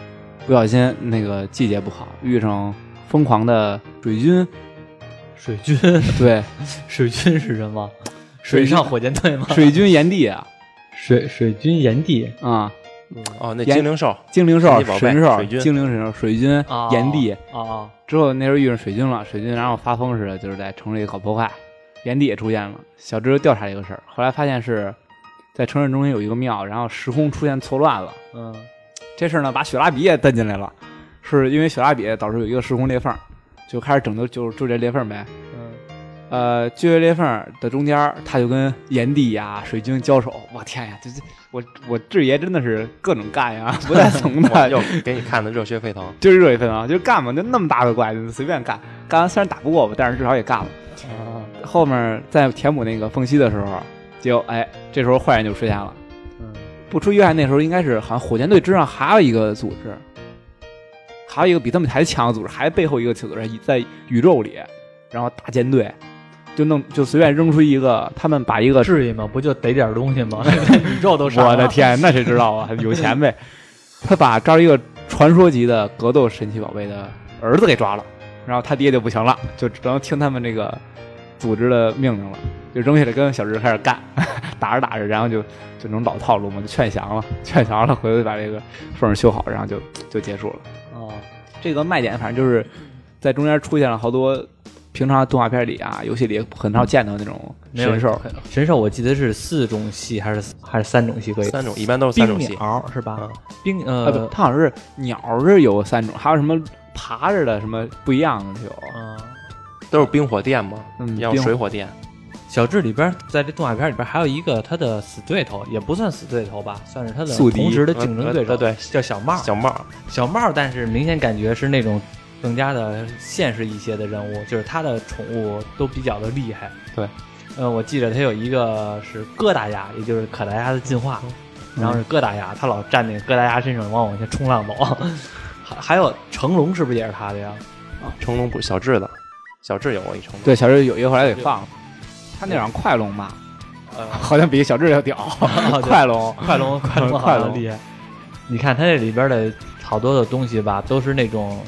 Speaker 4: 不小心那个季节不好，遇上疯狂的水军，
Speaker 2: 水军，
Speaker 4: 对，
Speaker 2: 水军是什么？水
Speaker 4: 水军
Speaker 2: 上火箭队吗？
Speaker 4: 水军炎帝啊，
Speaker 2: 水水军炎帝
Speaker 4: 啊、
Speaker 3: 哦，那
Speaker 4: 岩
Speaker 3: 精灵兽，
Speaker 4: 精灵
Speaker 3: 神
Speaker 4: 兽、
Speaker 3: 奇宝贝
Speaker 4: 神兽、
Speaker 3: 水军
Speaker 4: 精灵神兽、水军、
Speaker 2: 啊，
Speaker 4: 炎帝，
Speaker 2: 啊，
Speaker 4: 之后那时候遇上水军了，水军然后发疯似的，就是在城里搞破坏，炎帝也出现了。小智就调查这个事儿，后来发现是在城市中心有一个庙，然后时空出现错乱了。
Speaker 2: 嗯，
Speaker 4: 这事儿呢，把雪拉比也蹬进来了，是因为雪拉比导致有一个时空裂缝，就开始拯救，就就这裂缝呗。
Speaker 2: 嗯
Speaker 4: 呃，就这裂缝的中间儿，他就跟炎帝呀、水军交手。我天呀，这这我我智爷真的是各种干 呀，不带怂
Speaker 3: 哇
Speaker 4: 的，
Speaker 3: 又给你看的热血沸腾。
Speaker 4: 啊就是热血沸腾，就是干嘛，就那么大的怪，就随便干。干完虽然打不过我，但是至少也干了。后面在填补那个缝隙的时候，就哎，这时候坏人就出现了。不出意外，那时候应该是好像火箭队之上还有一个组织，还有一个比他们还强的组织，还背后一个组织在宇宙里，然后大舰队就弄就随便扔出一个，他们把一个
Speaker 2: 至于吗？不就逮点东西吗？ 连宇宙都上了
Speaker 4: 我的，天，那谁知道啊？有钱呗。他把这儿一个传说级的格斗神奇宝贝的儿子给抓了，然后他爹就不行了，就只能听他们这个组织的命令了，就扔下来跟小智开始干， 打着打着，然后就就那种老套路嘛，就劝降了，劝降了，回头就把这个缝儿修好，然后就就结束了。
Speaker 2: 哦，
Speaker 4: 这个卖点反正就是在中间出现了好多平常动画片里啊、游戏里很少见到那种
Speaker 2: 没有
Speaker 4: 神兽，
Speaker 2: 神兽我记得是四种系还是还是三种系各一？
Speaker 3: 三种一般都是三
Speaker 2: 冰
Speaker 3: 种系，
Speaker 2: 鸟是吧
Speaker 3: 嗯？
Speaker 2: 冰
Speaker 4: 呃，不
Speaker 2: 呃，
Speaker 4: 它好像是鸟是有三种，还有什么爬着的什么不一样的有。
Speaker 2: 嗯
Speaker 3: 都是冰火电嘛，
Speaker 4: 嗯
Speaker 3: 要
Speaker 4: 冰
Speaker 3: 水火电。
Speaker 2: 小智里边，在这动画片里边还有一个他的死对头，也不算死对头吧，算是他的
Speaker 4: 宿敌
Speaker 2: 同时的竞争对手，
Speaker 3: 呃对对
Speaker 2: 叫小帽。
Speaker 3: 小帽，
Speaker 2: 小帽，但是明显感觉是那种更加的现实一些的人物，就是他的宠物都比较的厉害。
Speaker 4: 对，
Speaker 2: 呃，我记得他有一个是哥达鸭，也就是可达鸭的进化，
Speaker 4: 嗯
Speaker 2: 然后是哥达鸭，他老站那个哥达鸭身上往往前冲浪走。 还还有成龙是不是也是他的呀？
Speaker 3: 成龙不是小智的，小智有过一成龙。
Speaker 4: 对，小智有一个后来给放了，他那场快龙嘛， 好像比小智要屌。 快龙，
Speaker 2: 呃哦快龙，快龙，
Speaker 4: 快龙
Speaker 2: 厉害！你看它这里边的好多的东西吧，都是那种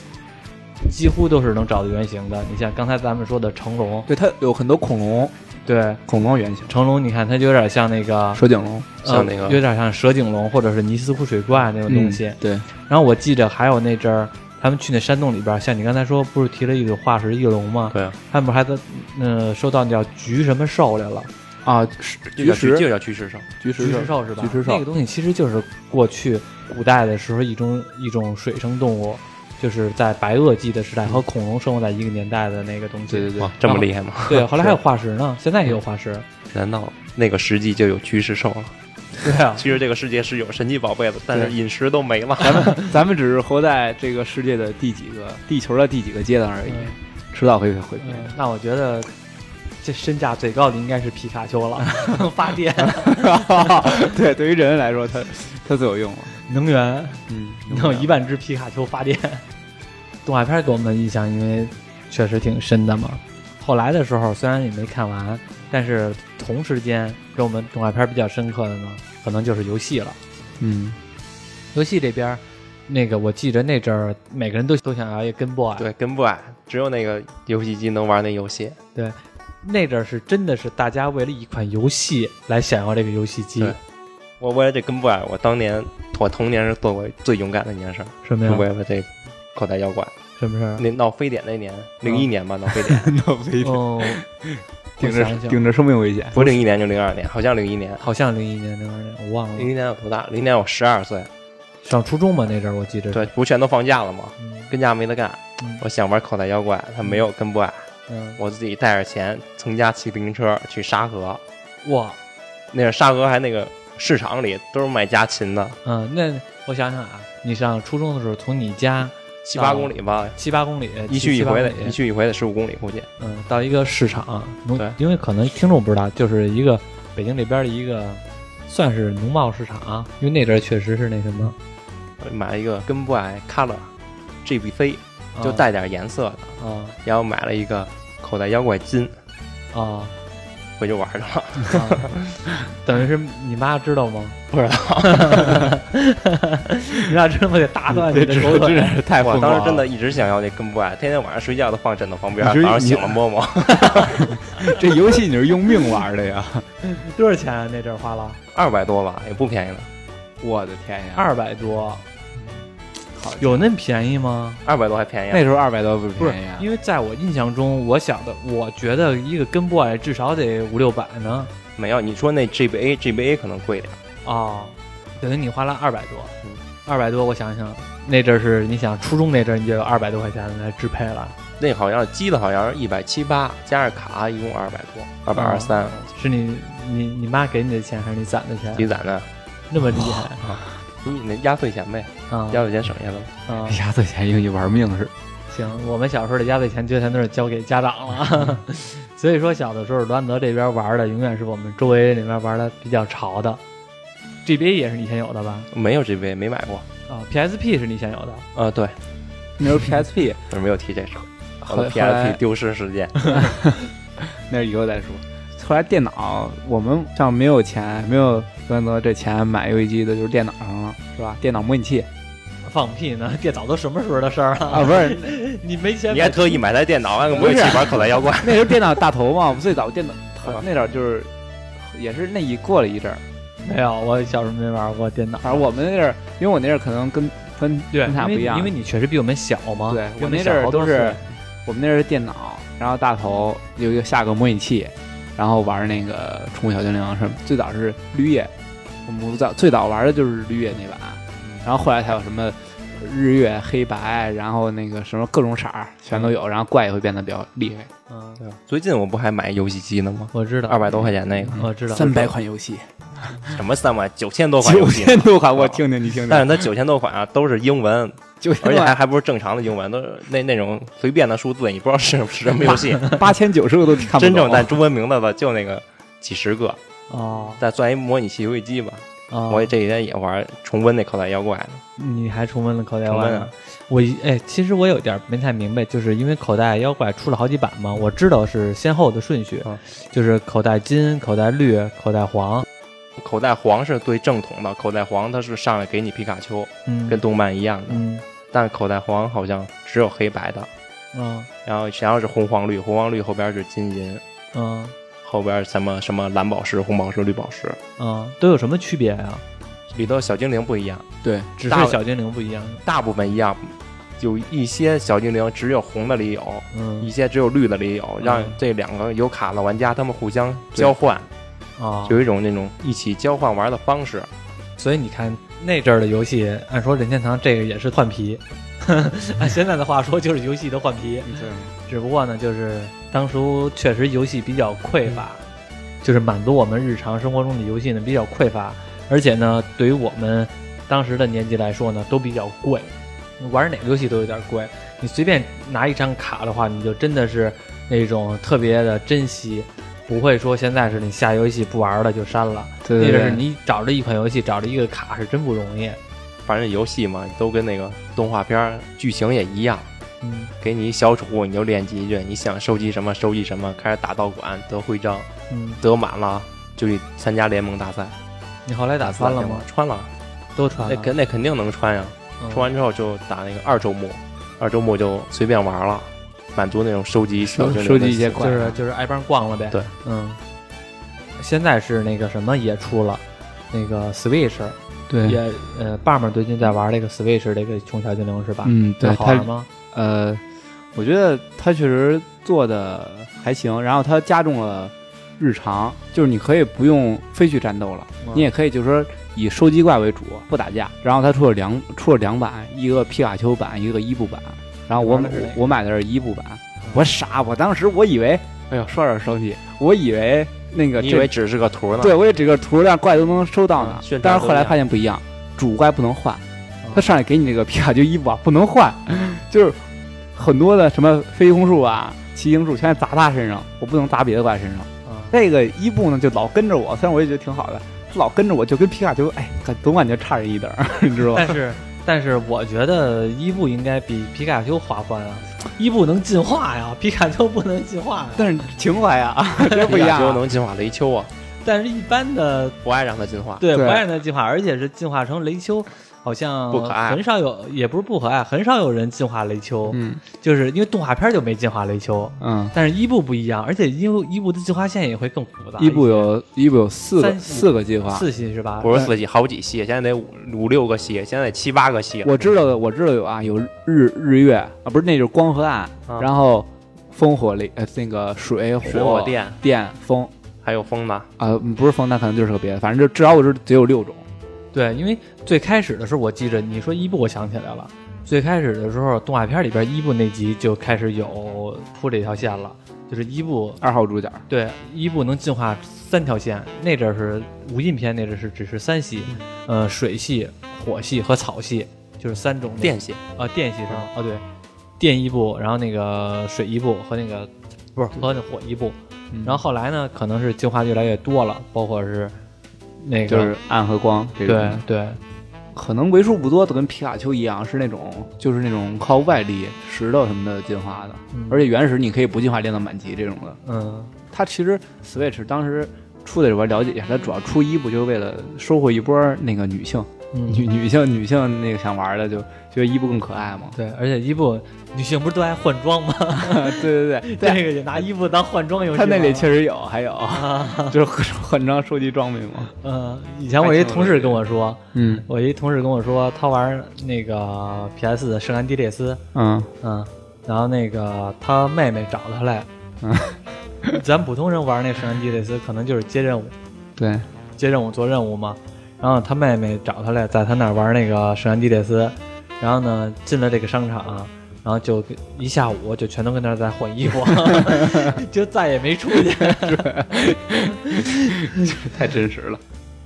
Speaker 2: 几乎都是能找到原型的。你像刚才咱们说的成龙，
Speaker 4: 对，它有很多恐龙，
Speaker 2: 对
Speaker 4: 恐龙原型，
Speaker 2: 成龙，你看它就有点像那个，
Speaker 4: 蛇颈龙
Speaker 3: 像那个
Speaker 2: 呃有点像蛇颈龙或者是尼斯湖水怪那种东西。
Speaker 4: 嗯对，
Speaker 2: 然后我记着还有那阵儿，他们去那山洞里边，像你刚才说，不是提了一组化石翼龙吗？
Speaker 3: 对啊，
Speaker 2: 他们还在呃收到那叫菊什么兽来了，
Speaker 4: 啊，
Speaker 3: 就叫巨
Speaker 4: 菊
Speaker 3: 就
Speaker 4: 石，
Speaker 3: 叫巨石兽。
Speaker 2: 菊
Speaker 4: 菊石
Speaker 2: 石兽是吧？
Speaker 4: 菊石
Speaker 2: 那
Speaker 4: 兽
Speaker 2: 个，东西其实就是过去古代的时候一种一种水生动物，就是在白垩纪的时代和恐龙生活在一个年代的那个东西。
Speaker 4: 对对对
Speaker 3: 哇，，这么厉害吗？
Speaker 2: 对，后来还有化石呢，现在也有化石。
Speaker 3: 难道那个时纪就有巨石兽了？
Speaker 2: 对啊，
Speaker 3: 其实这个世界是有神奇宝贝的，但是
Speaker 4: 对
Speaker 3: 饮食都没 了。
Speaker 4: 咱们咱们只是活在这个世界的第几个地球的第几个阶段而已，迟早会会
Speaker 2: 嗯，那我觉得这身价最高的应该是皮卡丘了，发电
Speaker 4: 对，对于人来说，它它最有用了。
Speaker 2: 能源，
Speaker 4: 嗯，
Speaker 2: 能有一万只皮卡丘发电。动画片给我们的印象，因为确实挺深的嘛。后来的时候虽然也没看完，但是同时间给我们动画片比较深刻的呢，可能就是游戏了。
Speaker 4: 嗯，
Speaker 2: 游戏这边儿，那个我记着那阵儿，每个人都都想要一个 Game Boy，
Speaker 3: 对，跟不爱，只有那个游戏机能玩那游戏。
Speaker 2: 对那阵儿是真的是大家为了一款游戏来想要这个游戏机，
Speaker 3: 对我为了这跟不爱，我当年我童年是做过最勇敢的一件事儿，
Speaker 2: 什么
Speaker 3: 就为
Speaker 2: 呀？
Speaker 3: 了这口袋妖怪。
Speaker 2: 什么事儿？
Speaker 3: 那闹非典那年，零一年吧，闹非 典，
Speaker 4: 那危 险，
Speaker 2: 哦，
Speaker 4: 顶
Speaker 2: 我想
Speaker 4: 着
Speaker 2: 想
Speaker 4: 顶着生命危险。
Speaker 3: 不是零一年就零二年，好像零一年。
Speaker 2: 好像零一年零二年，我忘
Speaker 3: 零
Speaker 2: 了，
Speaker 3: 一年我多大？零一年我十二岁，
Speaker 2: 上初中吧那阵儿，我记着。
Speaker 3: 对，，不全都放假了吗？
Speaker 2: 嗯
Speaker 3: 跟家没得干
Speaker 2: 嗯，
Speaker 3: 我想玩口袋妖怪，他没有跟不爱，
Speaker 2: 嗯，
Speaker 3: 我自己带着钱从家骑自行车去沙河，
Speaker 2: 哇，
Speaker 3: 那是沙河还那个市场里都是卖家禽的，
Speaker 2: 嗯，那我想想啊，你上初中的时候，从你家
Speaker 3: 七八
Speaker 2: 啊
Speaker 3: 公里吧，
Speaker 2: 七八公里，
Speaker 3: 一
Speaker 2: 去
Speaker 3: 去一回的，一
Speaker 2: 去，
Speaker 3: 去一回得十五公里估计。
Speaker 2: 嗯，到一个市场，农
Speaker 3: 对，
Speaker 2: 因为可能听众不知道，就是一个北京这边的一个。算是农贸市场啊，因为那阵儿确实是那什么，
Speaker 3: 我买一个根部爱 Color GBC，
Speaker 2: 啊
Speaker 3: 就带点颜色的，
Speaker 2: 啊
Speaker 3: 然后买了一个口袋妖怪金，
Speaker 2: 啊，
Speaker 3: 回去玩去了。
Speaker 2: 啊 等于是你妈知道吗？
Speaker 3: 不知道，
Speaker 2: 你妈知道吗？得打断你
Speaker 4: 这
Speaker 2: 的
Speaker 4: 真
Speaker 2: 手
Speaker 4: 是
Speaker 2: 腿。
Speaker 4: 真是 太
Speaker 3: 我
Speaker 4: 疯狂
Speaker 3: 当
Speaker 4: 了！
Speaker 3: 时真的一直想要那根部爱，天天晚上睡觉都放枕头旁边，
Speaker 4: 你是
Speaker 3: 早上
Speaker 4: 你
Speaker 3: 醒了摸摸。
Speaker 4: 这游戏你是用命玩的呀！
Speaker 2: 多少钱啊？那阵儿花了
Speaker 3: 二百多吧，也不便宜了，
Speaker 4: 我的天呀，
Speaker 2: 二百多，有那么便宜吗？
Speaker 3: 二百多还便宜啊。
Speaker 4: 那时候二百多不
Speaker 2: 不是
Speaker 4: 便宜啊，！
Speaker 2: 因为在我印象中，我想的，我觉得一个跟 boy 至少得五六百呢。
Speaker 3: 没有，你说那 GBA GBA 可能贵点，
Speaker 2: 哦，等于你花了二百多，二百多，我想想，那阵儿是你想初中那阵儿，你就有二百多块钱来支配了，
Speaker 3: 那好像机的好像是一百七八，加上卡一共二百多，二百二
Speaker 4: 哦
Speaker 3: 三，
Speaker 2: 是你你你妈给你的钱还是你攒的
Speaker 3: 积
Speaker 2: 钱？
Speaker 3: 攒的，
Speaker 2: 那么厉害
Speaker 3: 你那压岁钱呗，
Speaker 2: 啊
Speaker 4: 哦
Speaker 3: 压岁钱省下的。
Speaker 2: 啊！
Speaker 4: 哎压岁钱用于玩命似的。
Speaker 2: 行，我们小时候的压岁钱、绝钱都是交给家长了， 所以说小的时候，罗安德这边玩的永远是我们周围那边玩的比较潮的。GBA 也是你先有的吧？
Speaker 3: 没有 GB 没买过。
Speaker 2: 啊、p s p 是你先有的，
Speaker 3: 呃，对，
Speaker 4: 那时候 PSP，
Speaker 3: 但是没有提这事儿。我
Speaker 4: 后
Speaker 3: 的
Speaker 4: 后来
Speaker 3: PSP 丢失事 件，
Speaker 4: 那是以后再说。后来电脑，我们像没有钱，没有万德这钱买游戏机的，就是电脑上了，是吧？电脑模拟器
Speaker 2: 放屁呢！电脑都什么时候的事儿了？
Speaker 4: 啊，不是，
Speaker 2: 你没钱
Speaker 3: 你还特意买台电脑，按个模拟器
Speaker 4: 不是
Speaker 3: 玩口袋妖 怪。
Speaker 4: 那时候电脑大头嘛，我最早电脑
Speaker 3: 啊
Speaker 4: 那会儿就是也是那一过了一阵儿，
Speaker 2: 没有？我小时候没玩过电脑，
Speaker 4: 反正我们那阵儿，因为我那阵儿可能跟跟
Speaker 2: 对，
Speaker 4: 跟他不
Speaker 2: 因为
Speaker 4: 一样，
Speaker 2: 因为你确实比我们小嘛。
Speaker 4: 对
Speaker 2: 比啊
Speaker 4: 我
Speaker 2: 我们
Speaker 4: 那
Speaker 2: 小
Speaker 4: 阵儿
Speaker 2: 好多
Speaker 4: 都是
Speaker 2: 岁
Speaker 4: 我们那阵儿是电脑，然后大头有一个下个模拟器，然后玩那个宠物小精灵什么，最早是绿叶，我们最早最早玩的就是绿叶那版，然后后来才有什么。日月黑白，然后那个什么各种色儿全都有，然后怪也会变得比较厉害。
Speaker 2: 嗯，
Speaker 3: 最近我不还买游戏机呢吗？
Speaker 2: 我知道，
Speaker 3: 二百多块钱那
Speaker 4: 嗯
Speaker 3: 个，
Speaker 2: 嗯我知道，
Speaker 4: 三百款游戏，
Speaker 3: 什么三百九千多款
Speaker 4: 九
Speaker 3: 游戏呢，
Speaker 4: 千多款，我听听你听
Speaker 3: 但是
Speaker 4: 听，
Speaker 3: 它九千多款啊都是英文，
Speaker 4: 九千
Speaker 3: 而
Speaker 4: 多
Speaker 3: 且还
Speaker 4: 款，
Speaker 3: 还不是正常的英文，都是那那种随便的数字，你不知道是是什么游戏。
Speaker 4: 八千九十个都看不懂。
Speaker 3: 真正带中文名字的就那个几十个，
Speaker 2: 哦
Speaker 3: 再算一模拟器游戏机吧。
Speaker 2: 哦，
Speaker 3: 我这几天也玩重温那口袋妖怪呢，
Speaker 2: 你还重温了口袋
Speaker 3: 重
Speaker 2: 妖怪呢
Speaker 3: 温啊？
Speaker 2: 我一哎，其实我有点没太明白，就是因为口袋妖怪出了好几版嘛，我知道是先后的顺序，
Speaker 3: 嗯
Speaker 2: 就是口袋金、口袋绿、口袋黄，
Speaker 3: 口袋黄是最正统的，口袋黄它是上来给你皮卡丘，
Speaker 2: 嗯，
Speaker 3: 跟动漫一样的，
Speaker 2: 嗯
Speaker 3: 但是口袋黄好像只有黑白的，
Speaker 2: 嗯
Speaker 3: 然后然后是红黄绿，红黄绿后边是金银，
Speaker 2: 嗯
Speaker 3: 后边什么什么蓝宝石、红宝石、绿宝石，
Speaker 2: 嗯，都有什么区别呀、
Speaker 3: 里头小精灵不一样，
Speaker 4: 对，
Speaker 2: 只
Speaker 3: 大
Speaker 2: 是小精灵不一样，
Speaker 3: 大部分一样，有一些小精灵只有红的里有，一
Speaker 2: 嗯
Speaker 3: 些只有绿的里有，让
Speaker 2: 嗯
Speaker 3: 这两个有卡的玩家他们互相交换，
Speaker 2: 啊，
Speaker 3: 有一种那种一起交换玩的方式。
Speaker 2: 所以你看那阵儿的游戏，按说任天堂这个也是换皮， 按现在的话说就是游戏的换皮，只不过呢，就是当初确实游戏比较匮乏，就是满足我们日常生活中的游戏呢比较匮乏，而且呢，对于我们当时的年纪来说呢，都比较贵，玩哪个游戏都有点贵。你随便拿一张卡的话，你就真的是那种特别的珍惜，不会说现在是你下游戏不玩了就删了。
Speaker 4: 对对
Speaker 2: 那
Speaker 4: 对
Speaker 2: 阵是你找着一款游戏，找着一个卡是真不容易。
Speaker 3: 反正游戏嘛，都跟那个动画片儿剧情也一样，
Speaker 2: 嗯
Speaker 3: 给你一小宠物你就练几句，你想收集什么收集什么，开始打道馆得徽章，
Speaker 2: 嗯，
Speaker 3: 得满了就去参加联盟大赛。
Speaker 2: 你后来打穿了吗？？啊哎
Speaker 3: 穿了，
Speaker 2: 都穿
Speaker 3: 那
Speaker 2: 了。
Speaker 3: 肯那肯定能穿呀。
Speaker 2: 嗯
Speaker 3: 穿完之后就打那个二周目，二周目就随便玩了，满足那种收集小
Speaker 4: 收
Speaker 3: 精灵
Speaker 4: 收
Speaker 3: 的
Speaker 4: 集一些怪啊
Speaker 2: 就，是就是挨帮逛了呗。
Speaker 3: 对，
Speaker 2: 嗯，现在是那个什么也出了，那个 Switch
Speaker 4: 对，
Speaker 2: 也呃，爸们儿最近在玩这个 Switch 这个宠物小精灵是吧？，
Speaker 4: 嗯，对，
Speaker 2: 好
Speaker 4: 它
Speaker 2: 玩吗？
Speaker 4: 呃，我觉得它确实做的还行，然后它加重了日常，就是你可以不用非去战斗了，
Speaker 2: 嗯
Speaker 4: 你也可以就是说以收集怪为主，不打架。然后它出了两出了两版，一个皮卡丘版，一个伊布版。然后我
Speaker 2: 玩的是哪个
Speaker 4: 我我买的是伊布版，我傻，我当时我以为，哎呦，说点收集，我以为那个
Speaker 3: 你以
Speaker 4: 这
Speaker 3: 为只是个图呢？
Speaker 4: 对，我也只个图量怪都能收到
Speaker 3: 嗯
Speaker 4: 呢
Speaker 3: 炫，
Speaker 4: 但是
Speaker 3: 招
Speaker 4: 后来
Speaker 3: 都一样哦
Speaker 4: 发现不一样，主怪不能换
Speaker 2: 嗯，
Speaker 4: 他上来给你这个皮卡丘伊布啊不能换， 就是很多的什么飞行术啊、骑行术全砸他身上，我不能砸别的怪身上。
Speaker 3: 哦
Speaker 4: 这个伊布呢就老跟着我，虽然我也觉得挺好的，老跟着我就跟皮卡丘，哎，感总感觉差人一等儿， 你知道
Speaker 3: 哎
Speaker 4: 吧？
Speaker 2: 但是但是我觉得伊布应该比皮卡丘划算啊，伊布能进化呀， 皮卡丘不能进化呀。
Speaker 4: 但是情怀 啊，这不
Speaker 3: 皮
Speaker 4: 一
Speaker 3: 卡
Speaker 4: 样
Speaker 3: 丘
Speaker 4: 啊。
Speaker 3: 能进化雷丘啊，
Speaker 2: 但是一般的
Speaker 3: 不爱让它进化。
Speaker 2: 对不
Speaker 4: 对
Speaker 2: 爱的进化，而且是进化成雷丘。好像
Speaker 3: 不可爱
Speaker 2: 很少有，也不是不可爱，很少有人进化雷丘，
Speaker 4: 嗯
Speaker 2: 就是因为动画片就没进化雷丘。
Speaker 4: 嗯，
Speaker 2: 但是伊布不一样，而且伊布伊布的进化线也会更复杂一些。
Speaker 4: 伊布有伊布有四个
Speaker 2: 三系
Speaker 4: 四个计划，
Speaker 2: 四系是吧？
Speaker 3: 不是四系，好几系，现在得五五六个系，现在得七八个系了。
Speaker 4: 我知道的，我知道有啊，有日日月啊，不是那就是光和暗，
Speaker 3: 啊
Speaker 4: 然后风火雷呃那个水火
Speaker 3: 水火电
Speaker 4: 电风
Speaker 3: 还有风呢，
Speaker 4: 啊、嗯不是风，那可能就是个别的，反正就至少我知道只有六种。
Speaker 2: 对，因为最开始的时候我记着你说伊布，我想起来了。最开始的时候，动画片里边伊布那集就开始有铺这条线了，就是伊布
Speaker 4: 二号主角
Speaker 2: 对伊布能进化三条线，那阵儿是无印篇，那阵儿是只是三系，呃，水系、火系和草系，就是三种那
Speaker 3: 电系
Speaker 2: 啊、电系是吗？哦对，电一部，然后那个水一部和那个不是和那火一部，嗯然后后来呢，可能是进化越来越多了，包括是那个
Speaker 4: 嗯就是暗和光这种
Speaker 2: 对，对
Speaker 4: 可能为数不多的跟皮卡丘一样，是那种就是那种靠外力、石头什么的进化的，
Speaker 2: 嗯
Speaker 4: 而且原始你可以不进化练到满级这种的。
Speaker 2: 嗯
Speaker 4: 它其实 Switch 当时出的时候了解一下，它主要出一部就是为了收获一波那个女性、
Speaker 2: 嗯。
Speaker 4: 女女性、女性那个想玩的，就觉得一部更可爱嘛
Speaker 2: 对，而且一部女性不是都爱换装吗？
Speaker 4: 对 对对对，
Speaker 2: 这个也拿衣服当换装游戏啊玩
Speaker 4: 它那
Speaker 2: 了。
Speaker 4: 里确实有，还有 就是换装收集装备嘛。
Speaker 2: 嗯，以前我一同事跟我说，
Speaker 4: 嗯
Speaker 2: 我一同事跟我说，他玩那个 PS 的《圣安地列斯》，
Speaker 4: 嗯
Speaker 2: 嗯，然后那个他妹妹找他来，
Speaker 4: 嗯，
Speaker 2: 咱普通人玩那《圣安地列斯》可能就是接任务、
Speaker 4: 对，
Speaker 2: 接任务、做任务嘛。然后他妹妹找他来，在他那儿玩那个《圣安地列斯》，然后呢进了这个商场，然后就一下午就全都跟那儿在换衣服， 就再也没出去。
Speaker 4: 太真实了。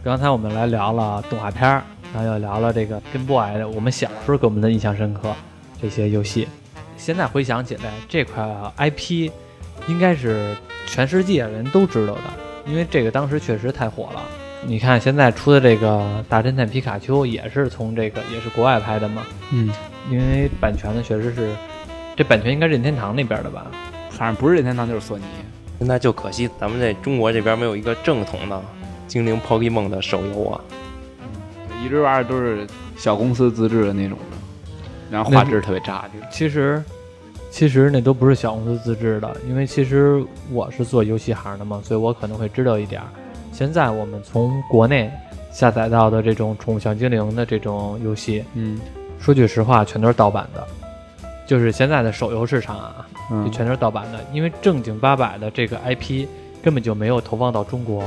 Speaker 2: 刚才我们来聊了动画片儿，然后又聊了这个跟 boy 的，我们小时候给我们的印象深刻这些游戏。现在回想起来，这块 IP 应该是全世界人都知道的，因为这个当时确实太火了。你看现在出的这个《大侦探皮卡丘》也是从这个也是国外拍的嘛，
Speaker 4: 嗯，
Speaker 2: 因为版权呢确实是，这版权应该任天堂那边的吧？
Speaker 4: 反正不是任天堂就是索尼。
Speaker 3: 那就可惜咱们在中国这边没有一个正统的精灵 Pokemon 的手游啊。
Speaker 4: 一直玩的都是小公司自制的那种的，然后画质特别渣，就是
Speaker 2: 其实，其实那都不是小公司自制的，因为其实我是做游戏行的嘛，所以我可能会知道一点儿。现在我们从国内下载到的这种宠物小精灵的这种游戏，
Speaker 4: 嗯
Speaker 2: 说句实话，全都是盗版的。就是现在的手游市场啊，就
Speaker 4: 嗯
Speaker 2: 全都是盗版的，因为正经八百的这个 IP 根本就没有投放到中国。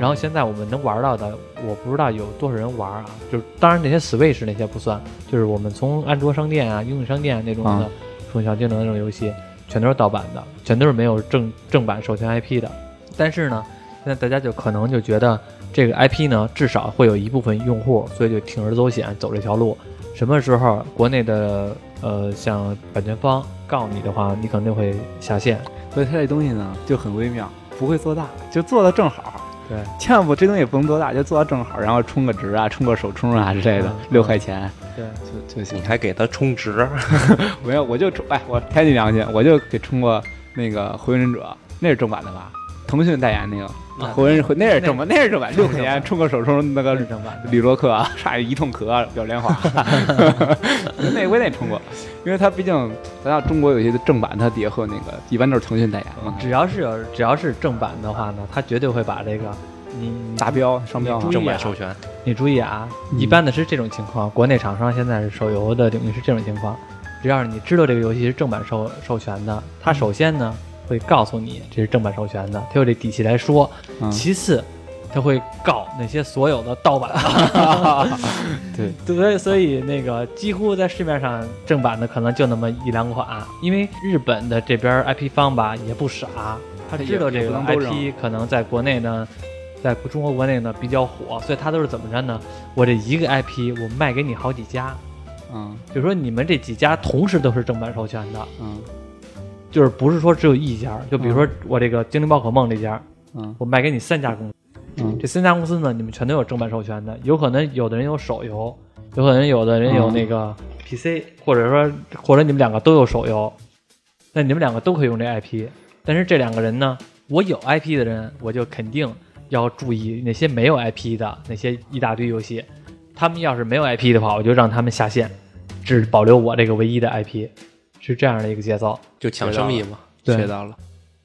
Speaker 2: 然后现在我们能玩到的，我不知道有多少人玩啊。就是当然那些 Switch 那些不算，就是我们从安卓商店啊、应用商店啊那种的
Speaker 4: 啊
Speaker 2: 《宠物小精灵》那种游戏，全都是盗版的，全都是没有正 正版授权 IP 的。但是呢，现在大家就可能就觉得这个 IP 呢，至少会有一部分用户，所以就铤而走险走这条路。什么时候国内的呃像版权方告你的话，你可能就会下线。
Speaker 4: 所以它这东西呢就很微妙，不会做大，就做到正好。
Speaker 2: 对，
Speaker 4: 千万不，这东西也不能做大，就做到正好，然后充个值啊，充个手充啊之类的
Speaker 2: 嗯，
Speaker 4: 六块钱
Speaker 2: 对，
Speaker 4: 就就行
Speaker 3: 你。还给它充值，
Speaker 4: 没有，我就充，哎，我天你良心，我就给充过那个《火影忍者》，那是正版的吧？腾讯代言那个
Speaker 2: 啊
Speaker 4: 《火影》，那是正版，那是正版，六块钱充个手充那个
Speaker 2: 是正版的。
Speaker 4: 李洛克啊，啥一通咳啊，表 莲花，那我也得通过，因为它毕竟咱要中国有一些正版，它底下会有那个一般都是腾讯代言嘛，
Speaker 2: 只要是有只要是正版的话呢，他绝对会把这个
Speaker 4: 嗯
Speaker 2: 你你
Speaker 4: 达标商标啊
Speaker 2: 注
Speaker 4: 嘛
Speaker 2: 意。
Speaker 3: 正版授权。
Speaker 2: 你注意啊，
Speaker 4: 嗯
Speaker 2: 一般的是这种情况，国内厂商现在是手游的领域是这种情况，只要是你知道这个游戏是正版授授权的，他首先呢会告诉你这是正版授权的，他有这底气来说，
Speaker 4: 嗯
Speaker 2: 其次。他会告那些所有的盗版，
Speaker 4: 对，
Speaker 2: 所以所以那个几乎在市面上正版的可能就那么一两款，因为日本的这边 IP 方吧也不傻，他
Speaker 4: 也
Speaker 2: 知道这
Speaker 4: 也不
Speaker 2: 个
Speaker 4: 能都扔
Speaker 2: IP 可能在国内呢，在中国国内呢比较火，所以他都是怎么着呢？我这一个 IP 我卖给你好几家，
Speaker 4: 嗯
Speaker 2: 就是说你们这几家同时都是正版授权的，
Speaker 4: 嗯
Speaker 2: 就是不是说只有一家，就比如说我这个精灵宝可梦这家，
Speaker 4: 嗯
Speaker 2: 我卖给你三家公司。
Speaker 4: 嗯
Speaker 2: 这三家公司呢，你们全都有正版授权的，有可能有的人有手游，有可能有的人有那个 PC，、或者说或者你们两个都有手游，那你们两个都可以用这 IP。但是这两个人呢，我有 IP 的人，我就肯定要注意那些没有 IP 的那些一大堆游戏，他们要是没有 IP 的话，我就让他们下线，只保留我这个唯一的 IP，是这样的一个节奏。
Speaker 3: 就抢生意嘛。
Speaker 2: 对
Speaker 4: 学到了，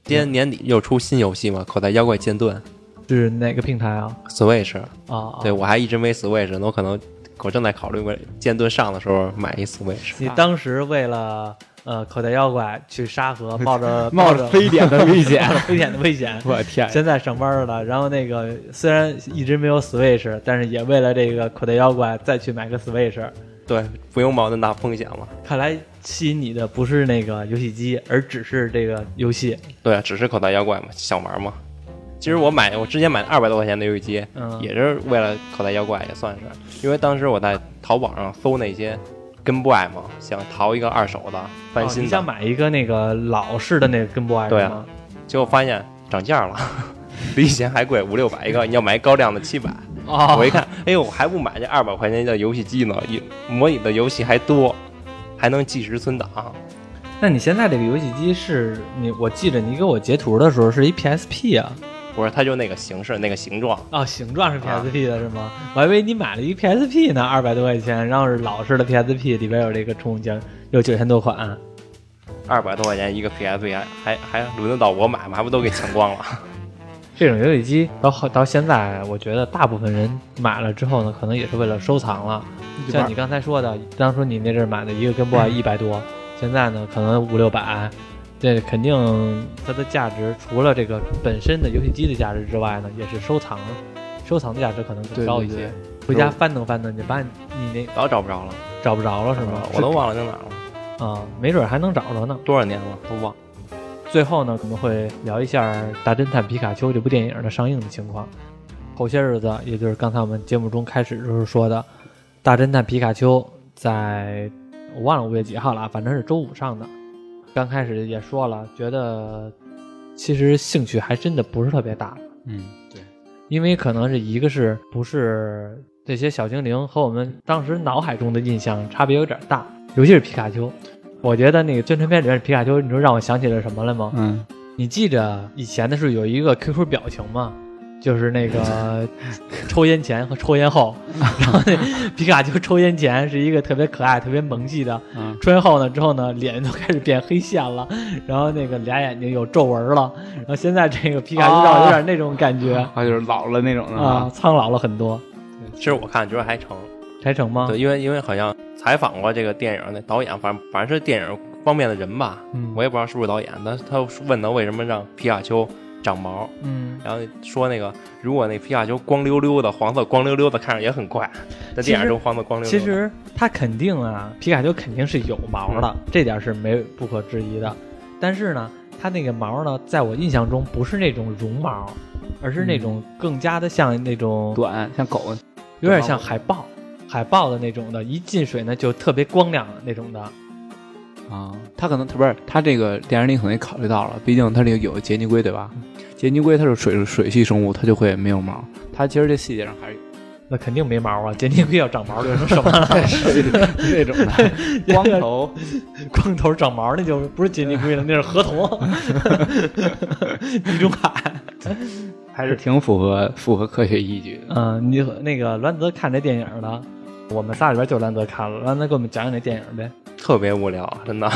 Speaker 3: 今年年底又出新游戏嘛，《口袋妖怪剑盾
Speaker 2: 是哪个平台啊？》
Speaker 3: Switch，
Speaker 2: 啊，
Speaker 3: 对我还一直没 Switch 呢，我可能我正在考虑过剑盾上的时候买一 Switch。
Speaker 2: 你当时为了呃口袋妖怪去沙 河，冒着
Speaker 4: 冒
Speaker 2: 着
Speaker 4: 着非典的危险
Speaker 2: 冒，
Speaker 4: ，
Speaker 2: 着非典的危险
Speaker 4: 我天，
Speaker 2: 现在上班了。然后那个虽然一直没有 Switch，但是也为了这个口袋妖怪再去买个 Switch。
Speaker 3: 对，不用冒那大风险了。
Speaker 2: 看来吸引你的不是那个游戏机，而只是这个游戏。
Speaker 3: 对，啊只是口袋妖怪嘛，想玩嘛。其实我买，我之前买二百多块钱的游戏机，
Speaker 2: 嗯
Speaker 3: 也是为了口袋妖怪，也算是，因为当时我在淘宝上搜那些跟 boy 嘛，想淘一个二手的翻
Speaker 2: 哦
Speaker 3: 新
Speaker 2: 你
Speaker 3: 的，
Speaker 2: 想买一个那个老式的那个跟 boy
Speaker 3: 对
Speaker 2: 是
Speaker 3: 啊
Speaker 2: 吗？
Speaker 3: 结果发现涨价了， 比以前还贵五六百一个，你要买高亮的七百。
Speaker 2: 哦
Speaker 3: 我一看，哎呦，我还不买这二百块钱的游戏机呢，一模拟的游戏还多，还能计时存档。
Speaker 2: 那你现在这个游戏机是你？我记着你给我截图的时候是一 PSP 啊？
Speaker 3: 不是，它就那个形式，那个形状。
Speaker 2: 哦，形
Speaker 4: 啊
Speaker 2: 状是 PSP 的是吗？我还以为你买了一 PSP 呢，二百多块钱，然后是老式的 PSP，里边有这个充奖，有九千多款。
Speaker 3: 二百多块钱一个 PSV，还还还轮得到我买吗？还不都给抢光了？
Speaker 2: 这种游戏机到后到现在，我觉得大部分人买了之后呢，可能也是为了收藏了。像你刚才说的，当初你那阵儿买的一个跟
Speaker 4: 嗯
Speaker 2: boy 一百多，现在呢可能五六百，这肯定它的价值除了这个本身的游戏机的价值之外呢，也是收藏，收藏的价值可能更
Speaker 4: 对
Speaker 2: 高
Speaker 4: 对
Speaker 2: 一些。
Speaker 4: 对
Speaker 2: 回家翻腾翻腾，你把你你
Speaker 3: 早找不着了，
Speaker 2: 那找不着 了是吗？
Speaker 3: 我都忘了扔哪儿了，
Speaker 2: 啊、没准儿还能找着呢。
Speaker 3: 多少年了都忘了。
Speaker 2: 最后呢，我们会聊一下《大侦探皮卡丘》这部电影的上映的情况。头些日子，也就是刚才我们节目中开始就是说的，《大侦探皮卡丘》在我忘了五月几号了啊，反正是周五上的。刚开始也说了，觉得其实兴趣还真的不是特别大，
Speaker 4: 嗯，对，
Speaker 2: 因为可能是一个是不是这些小精灵和我们当时脑海中的印象差别有点大，尤其是皮卡丘。我觉得那个宣传片里面皮卡丘，你说让我想起了什么来吗？
Speaker 4: 嗯，
Speaker 2: 你记着以前的是有一个 QQ 表情吗？就是那个抽烟前和抽烟后，然后那皮卡丘抽烟前是一个特别可爱、特别萌系的，
Speaker 4: 嗯
Speaker 2: 抽烟后呢之后呢脸都开始变黑线了，然后那个俩眼睛有皱纹了，然后现在这个皮卡丘让我有点那种感觉
Speaker 4: 还有就是老了那种
Speaker 3: 嗯
Speaker 4: 的
Speaker 2: 啊，，苍老了很多。
Speaker 3: 其实我看觉得还成，
Speaker 2: 柴城吗？
Speaker 3: 对，因为因为好像采访过这个电影的导演，反正反正是电影方面的人吧，
Speaker 2: 嗯
Speaker 3: 我也不知道是不是导演，但是他问他为什么让皮卡丘长毛，
Speaker 2: 嗯，
Speaker 3: 然后说那个如果那皮卡丘光溜溜的，黄色光溜溜的，看着也很怪，在电影中黄色光溜溜
Speaker 2: 其
Speaker 3: 的。
Speaker 2: 实它肯定啊，皮卡丘肯定是有毛
Speaker 3: 嗯
Speaker 2: 的，这点是没不可置疑的。但是呢，它那个毛呢，在我印象中不是那种绒毛，而是那种更加的像那种
Speaker 4: 短像狗，
Speaker 2: 有点像海豹，海豹的那种的，一进水呢就特别光亮的那种的。
Speaker 4: 啊，他可能他不是他这个电影里可能也考虑到了，毕竟它这个有杰尼龟对吧？杰尼龟它是水水系生物，它就会没有毛。它其实这细节上还 是
Speaker 2: 那肯定没毛啊！杰尼龟要长毛就成什么了？
Speaker 4: 这种的 光头，
Speaker 2: 光头长毛那就不是杰尼龟了，那是河童，地中海。
Speaker 4: 还是挺符合符合科学依据的。
Speaker 2: 嗯，你和那个栾泽看这电影了，我们仨里边就栾泽看了，栾泽给我们讲讲这电影呗。
Speaker 3: 特别无聊，啊真的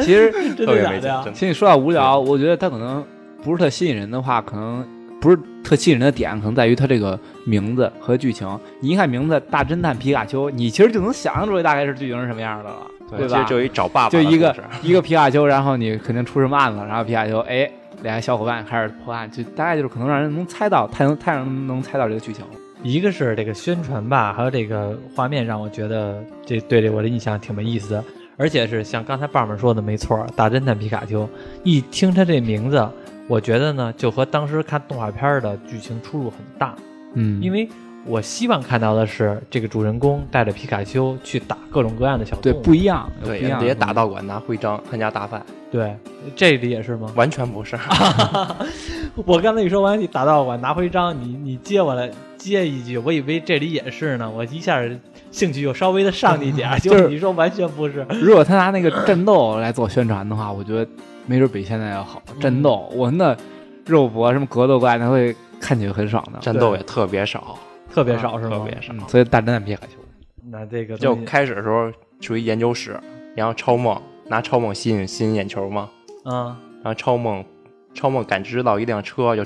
Speaker 4: 其实
Speaker 2: 真
Speaker 3: 特
Speaker 2: 的
Speaker 3: 别
Speaker 2: 假
Speaker 3: 没
Speaker 2: 的
Speaker 3: 劲
Speaker 2: 呀，？
Speaker 3: 真的
Speaker 4: 其实你说到无聊，我觉得它可能不是特吸引人的话，可能不是特吸引人的点，可能在于它这个名字和剧情。你一看名字《大侦探皮卡丘》，你其实就能想象出来大概是剧情是什么样的了，对
Speaker 3: 其实
Speaker 4: 吧？
Speaker 3: 就一找爸爸
Speaker 4: 就
Speaker 3: 的
Speaker 4: 一个
Speaker 3: 故事
Speaker 4: 一个皮卡丘，然后你肯定出什么案子，然后皮卡丘哎，两个小伙伴开始破案，就大概就是可能让人能猜到，太能太让人能猜到这个剧情了。
Speaker 2: 一个是这个宣传吧，还有这个画面让我觉得这对这我的印象挺没意思的，而且是像刚才爸们说的没错，《大侦探皮卡丘》一听他这名字，我觉得呢就和当时看动画片的剧情出入很大，
Speaker 4: 嗯
Speaker 2: 因为我希望看到的是这个主人公带着皮卡丘去打各种各样的小
Speaker 4: 对
Speaker 2: 动物，
Speaker 4: 不一样，有
Speaker 3: 对，
Speaker 4: 不一样
Speaker 3: 也打道馆拿徽章参加大赛，
Speaker 2: 对，这里也是吗？
Speaker 3: 完全不是。
Speaker 4: 啊
Speaker 2: 我刚才一说完，你打到我拿徽章，你你接我来接一句，我以为这里也是呢，我一下兴趣又稍微的上一点 儿，结
Speaker 4: 就是
Speaker 2: 果你说完全不是，
Speaker 4: 如果他拿那个战斗来做宣传的话，我觉得没准比现在要好。战斗，
Speaker 2: 嗯
Speaker 4: 我那肉搏什么格斗怪，那会看起来很爽的，
Speaker 3: 战斗也特别少，
Speaker 2: 啊特别少是
Speaker 3: 特
Speaker 2: 吗？嗯
Speaker 3: 别少。
Speaker 4: 嗯所以大侦探皮卡 丘，
Speaker 2: 那这个
Speaker 3: 就
Speaker 2: 东西
Speaker 3: 开始的时候处于研究室，然后超梦拿超梦吸引吸引眼球嘛，
Speaker 2: 啊，
Speaker 3: 然后超梦超梦感知到一辆车就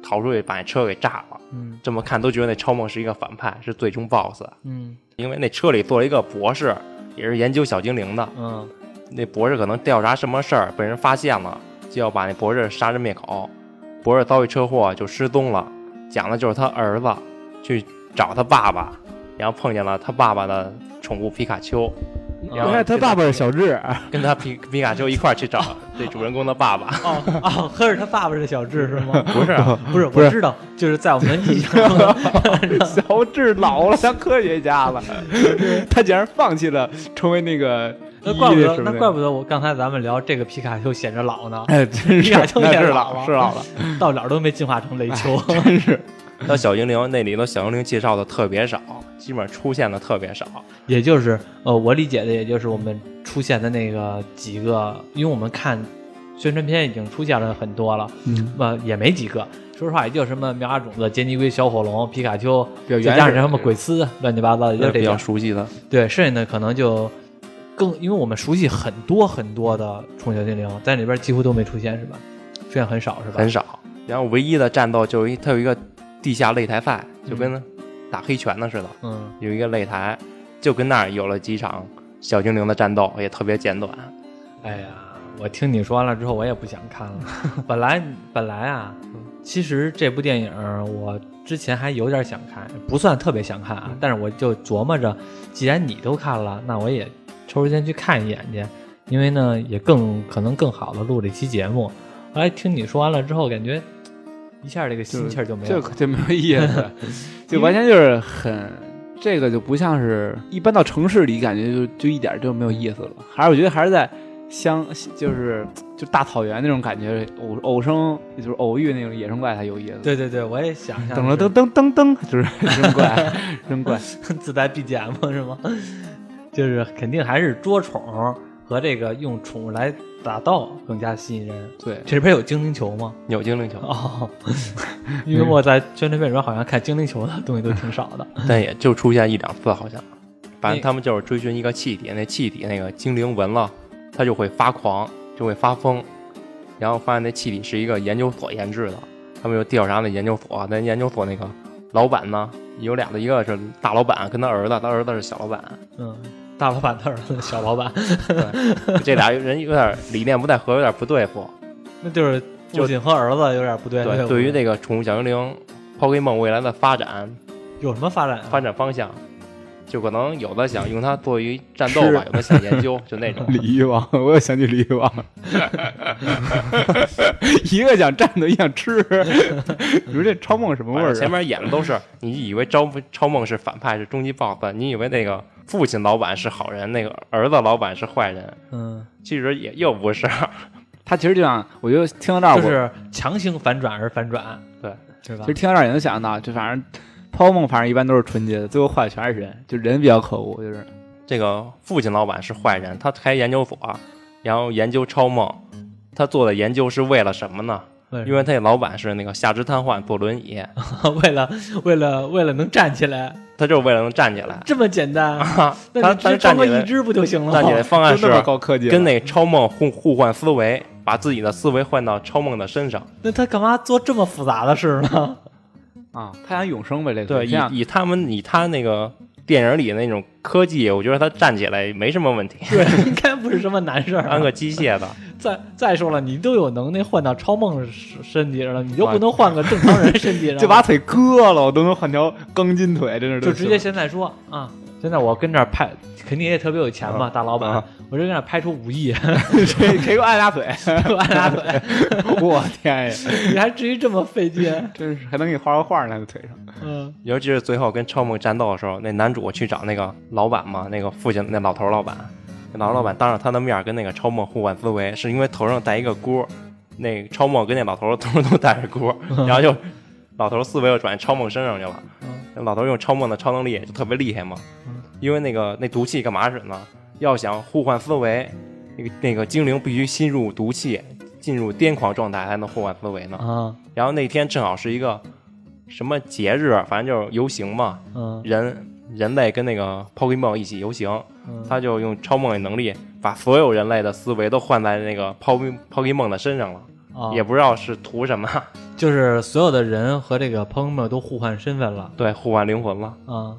Speaker 3: 逃出去把那车给炸了，
Speaker 2: 嗯
Speaker 3: 这么看都觉得那超梦是一个反派，是最终 BOSS，
Speaker 2: 嗯
Speaker 3: 因为那车里坐了一个博士，也是研究小精灵的，
Speaker 2: 嗯
Speaker 3: 那博士可能调查什么事儿被人发现了，就要把那博士杀人灭口。博士遭遇车祸就失踪了，讲的就是他儿子去找他爸爸，然后碰见了他爸爸的宠物皮卡丘，然
Speaker 2: 啊
Speaker 3: 后
Speaker 5: 原来他爸爸是小智，
Speaker 3: 跟他皮 皮卡丘一块儿去 找这主人公的爸爸，
Speaker 2: 哦哦，喝着他爸爸是小智是吗？
Speaker 3: 不是啊
Speaker 2: 不是，
Speaker 5: 不是
Speaker 2: 我知道，就是在我 们印象中，
Speaker 4: 小智老了，当科学家 了，他竟然放弃了成为那个
Speaker 2: 那怪不
Speaker 4: 一的
Speaker 2: 得
Speaker 4: 什么
Speaker 2: 那
Speaker 4: 的
Speaker 2: 怪不得我刚才咱们聊这个皮卡丘显着老呢，
Speaker 4: 哎，真
Speaker 2: 皮
Speaker 4: 是
Speaker 2: 卡丘
Speaker 4: 那
Speaker 2: 也
Speaker 4: 是
Speaker 2: 老
Speaker 4: 老
Speaker 2: 了
Speaker 4: 是 老了，
Speaker 2: 到哪儿都没进化成雷 丘。
Speaker 3: 到小精灵那里头，小精灵介绍的特别少，基本上出现的特别少。
Speaker 2: 也就是呃，我理解的，也就是我们出现的那个几个，因为我们看宣传片已经出现了很多了，
Speaker 4: 嗯，
Speaker 2: 呃，也没几个。说实话，也就什么苗芽种子、杰尼龟、小火龙、皮卡丘，
Speaker 4: 比
Speaker 2: 再
Speaker 4: 较呃原
Speaker 2: 加上
Speaker 4: 始
Speaker 2: 什么 鬼斯，乱七八糟，也就这
Speaker 3: 呃比较
Speaker 2: 点。
Speaker 3: 熟悉的，
Speaker 2: 对，剩下的可能就更，因为我们熟悉很多很多的宠小精灵，在里边几乎都没出现，是吧？出现很少，是吧？
Speaker 3: 很少。然后唯一的战斗就是一，它有一个地下擂台赛，就跟打黑拳的似的，
Speaker 2: 嗯，
Speaker 3: 有一个擂台，就跟那儿有了几场小精灵的战斗，也特别简短。
Speaker 2: 哎呀，我听你说完了之后，我也不想看了。 本来本来啊，其实这部电影儿我之前还有点想看，不算特别想看
Speaker 4: 嗯
Speaker 2: 啊，但是我就琢磨着，既然你都看了，那我也抽时间去看一眼去，因为呢也更可能更好的录这期节目。后来听你说完了之后，感觉一下这个心气儿就没有
Speaker 4: 这
Speaker 2: 了。
Speaker 4: 可就没有意 思，就完全就是很。这个就不像是一般到城市里，感觉就就一点就没有意思了。还是我觉得还是在乡，就是就大草原那种感觉，偶偶生就是偶遇那种野生怪才有意思。，
Speaker 2: 对对对，我也想象
Speaker 4: 等了
Speaker 2: 是
Speaker 4: 噔噔噔噔，就是 真怪，真 怪。
Speaker 2: 自带 BGM 是吗？ 就是肯定还是捉宠和这个用宠物来打斗更加吸引人。
Speaker 4: 对，
Speaker 2: 这里边有精灵球吗？
Speaker 3: 有精灵球，
Speaker 2: 哦，因为我在宣传片里边好像看精灵球的东西都挺少的。
Speaker 3: 但也就出现一两次，好像。反
Speaker 2: 那
Speaker 3: 正他们就是追寻一个气体，那气体那个精灵闻了，它就会发狂，就会发疯。然后发现那气体是一个研究所研制的，他们就调查那研究所，那研究所那个老板呢，有俩的，一个是大老板跟他儿子，他儿子是小老板，
Speaker 2: 嗯，大老板的儿子，小老板，
Speaker 3: 这俩人有点理念不太合，有点不对付。
Speaker 2: 那就是父亲和儿子有点不对付。
Speaker 3: 对，对于这个宠物小精灵 Pokemon 未来的发展
Speaker 2: 有什么发展啊？
Speaker 3: 发展方向，就可能有的想用它作为战斗吧，有的想研究，就那 种。
Speaker 4: 鲤鱼王，我又想起鲤鱼王了， 一个想站着，一想吃。你说这超梦什么味
Speaker 3: 反
Speaker 4: 儿、啊？
Speaker 3: 正前面演的都是，你以为超超梦是反派是终极 BOSS，你以为那个父亲老板是好人，那个儿子老板是坏人，
Speaker 2: 嗯，
Speaker 3: 其实也又不是。
Speaker 4: 他其实就想，我觉得听到
Speaker 2: 就
Speaker 4: 这儿，我
Speaker 2: 是强行反转而反转，
Speaker 3: 啊对，
Speaker 2: 是吧
Speaker 4: 其实？听到这儿也能想到，就反正抛梦反正一般都是纯洁的，最后坏的全是人，就人比较可恶，就是
Speaker 3: 这个父亲老板是坏人，他开研究所，然后研究超梦，他做的研究是为了什么呢？因为他那老板是那个下肢瘫痪，坐轮 椅，
Speaker 2: 为了为了为了能站起来，
Speaker 3: 他就是为了能站起来。
Speaker 2: 这么简单。
Speaker 3: 他
Speaker 2: 那
Speaker 3: 啊他
Speaker 2: 你只
Speaker 3: 站
Speaker 2: 装
Speaker 3: 起
Speaker 2: 个一
Speaker 3: 来，
Speaker 2: 只不就行了
Speaker 3: 站起来
Speaker 2: 吗？
Speaker 3: 方案
Speaker 4: 哦就那
Speaker 3: 是
Speaker 4: 么高科技了，
Speaker 3: 跟那超梦互互换思维，把自己的思维换到超梦的身上。
Speaker 2: 那他干嘛做这么复杂的事 呢？
Speaker 4: 啊，他想永生呗，这个
Speaker 3: 对，
Speaker 4: 这样
Speaker 3: 以以他们以他那个电影里那种科技，我觉得他站起来没什么 问题，
Speaker 2: 对，应该不是什么难事儿啊。
Speaker 3: 安个机械的，
Speaker 2: 再再说了，你都有能耐换到超梦身身体上了，你就不能换个正常人身体 上吗？
Speaker 4: 就把腿割了，我都能换条钢筋腿，真是
Speaker 2: 就直接
Speaker 4: 行
Speaker 2: 现在说啊！现在我跟这儿拍，肯定也特别有钱嘛，大老板，我就跟这儿拍出五 亿，
Speaker 4: 谁谁给我按俩腿，
Speaker 2: 我俩腿，
Speaker 4: 我天呀，
Speaker 2: 你还至于这么费 劲？
Speaker 4: 真是还能给你画个画呢，在腿上，
Speaker 2: 嗯，
Speaker 3: 尤其是最后跟超梦战斗的时候，那男主去找那个老板嘛，那个父亲那老头老板，那老头老板当着他的面跟那个超梦互换思维，是因为头上戴一个箍，那个超梦跟那老头头上都戴着箍，然后就老头思维又转超梦身上去了。那老头用超梦的超能力就特别厉害嘛，因为那个那毒气干嘛使呢？要想互换思维，那个那个精灵必须吸入毒气，进入癫狂状态才能互换思维呢。
Speaker 2: 啊，
Speaker 3: 然后那天正好是一个什么节日，反正就是游行嘛，
Speaker 2: 嗯，
Speaker 3: 人人类跟那个 Pokemon 一起游行，
Speaker 2: 嗯
Speaker 3: 他就用超梦的能力把所有人类的思维都换在那个 Poke Pokemon 的身上了，
Speaker 2: 哦
Speaker 3: 也不知道是图什么，
Speaker 2: 就是所有的人和这个朋友们都互换身份了
Speaker 3: 对，互换灵魂了
Speaker 2: 啊，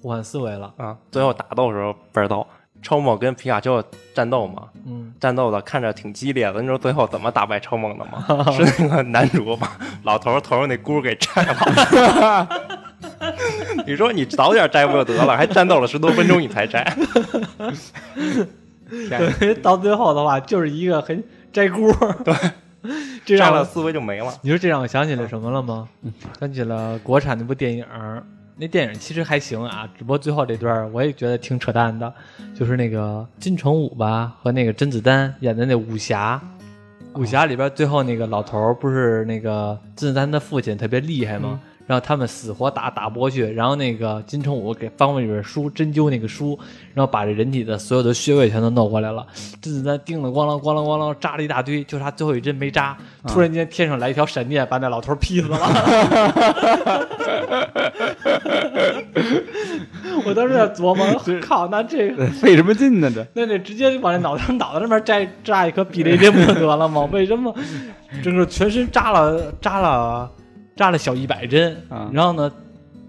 Speaker 2: 互换思维了，
Speaker 3: 啊！最后打斗的时候倍儿逗，超梦跟皮卡丘战斗嘛。
Speaker 2: 嗯，
Speaker 3: 战斗的看着挺激烈的，你知道最后怎么打败超梦的 吗？是那个男主把老头头上那箍给摘了， 你说你早点摘不就得了，还战斗了十多分钟你才摘，
Speaker 2: 到最后的话，就是一个很摘锅。对， 这
Speaker 3: 摘
Speaker 2: 让
Speaker 3: 了
Speaker 2: 我
Speaker 3: 思维就没了。
Speaker 2: 你说这让我想起了什么了吗？想起了国产那部电影儿，那电影其实还行啊，只不过最后这段儿我也觉得挺扯淡的，就是那个金城武吧和那个甄子丹演的那武侠。武侠里边最后那个老头儿不是那个甄子丹的父亲特别厉害吗？然后他们死活打打不过去，然后那个金城武给翻过一本书，针灸那个书，然后把这人体的所有的穴位全都弄过来了。甄子丹叮了咣啷咣啷咣啷扎了一大堆，就差最后一针没扎。突然间天上来一条闪电，把那老头劈死了。 我当时在琢磨，靠，那这个
Speaker 4: 费什么劲呢？这
Speaker 2: 那得直接往这脑袋脑袋那边摘扎一颗避雷针不就得了吗？为什么整个全身扎了扎了扎了小一百针
Speaker 4: 啊，
Speaker 2: 然后呢，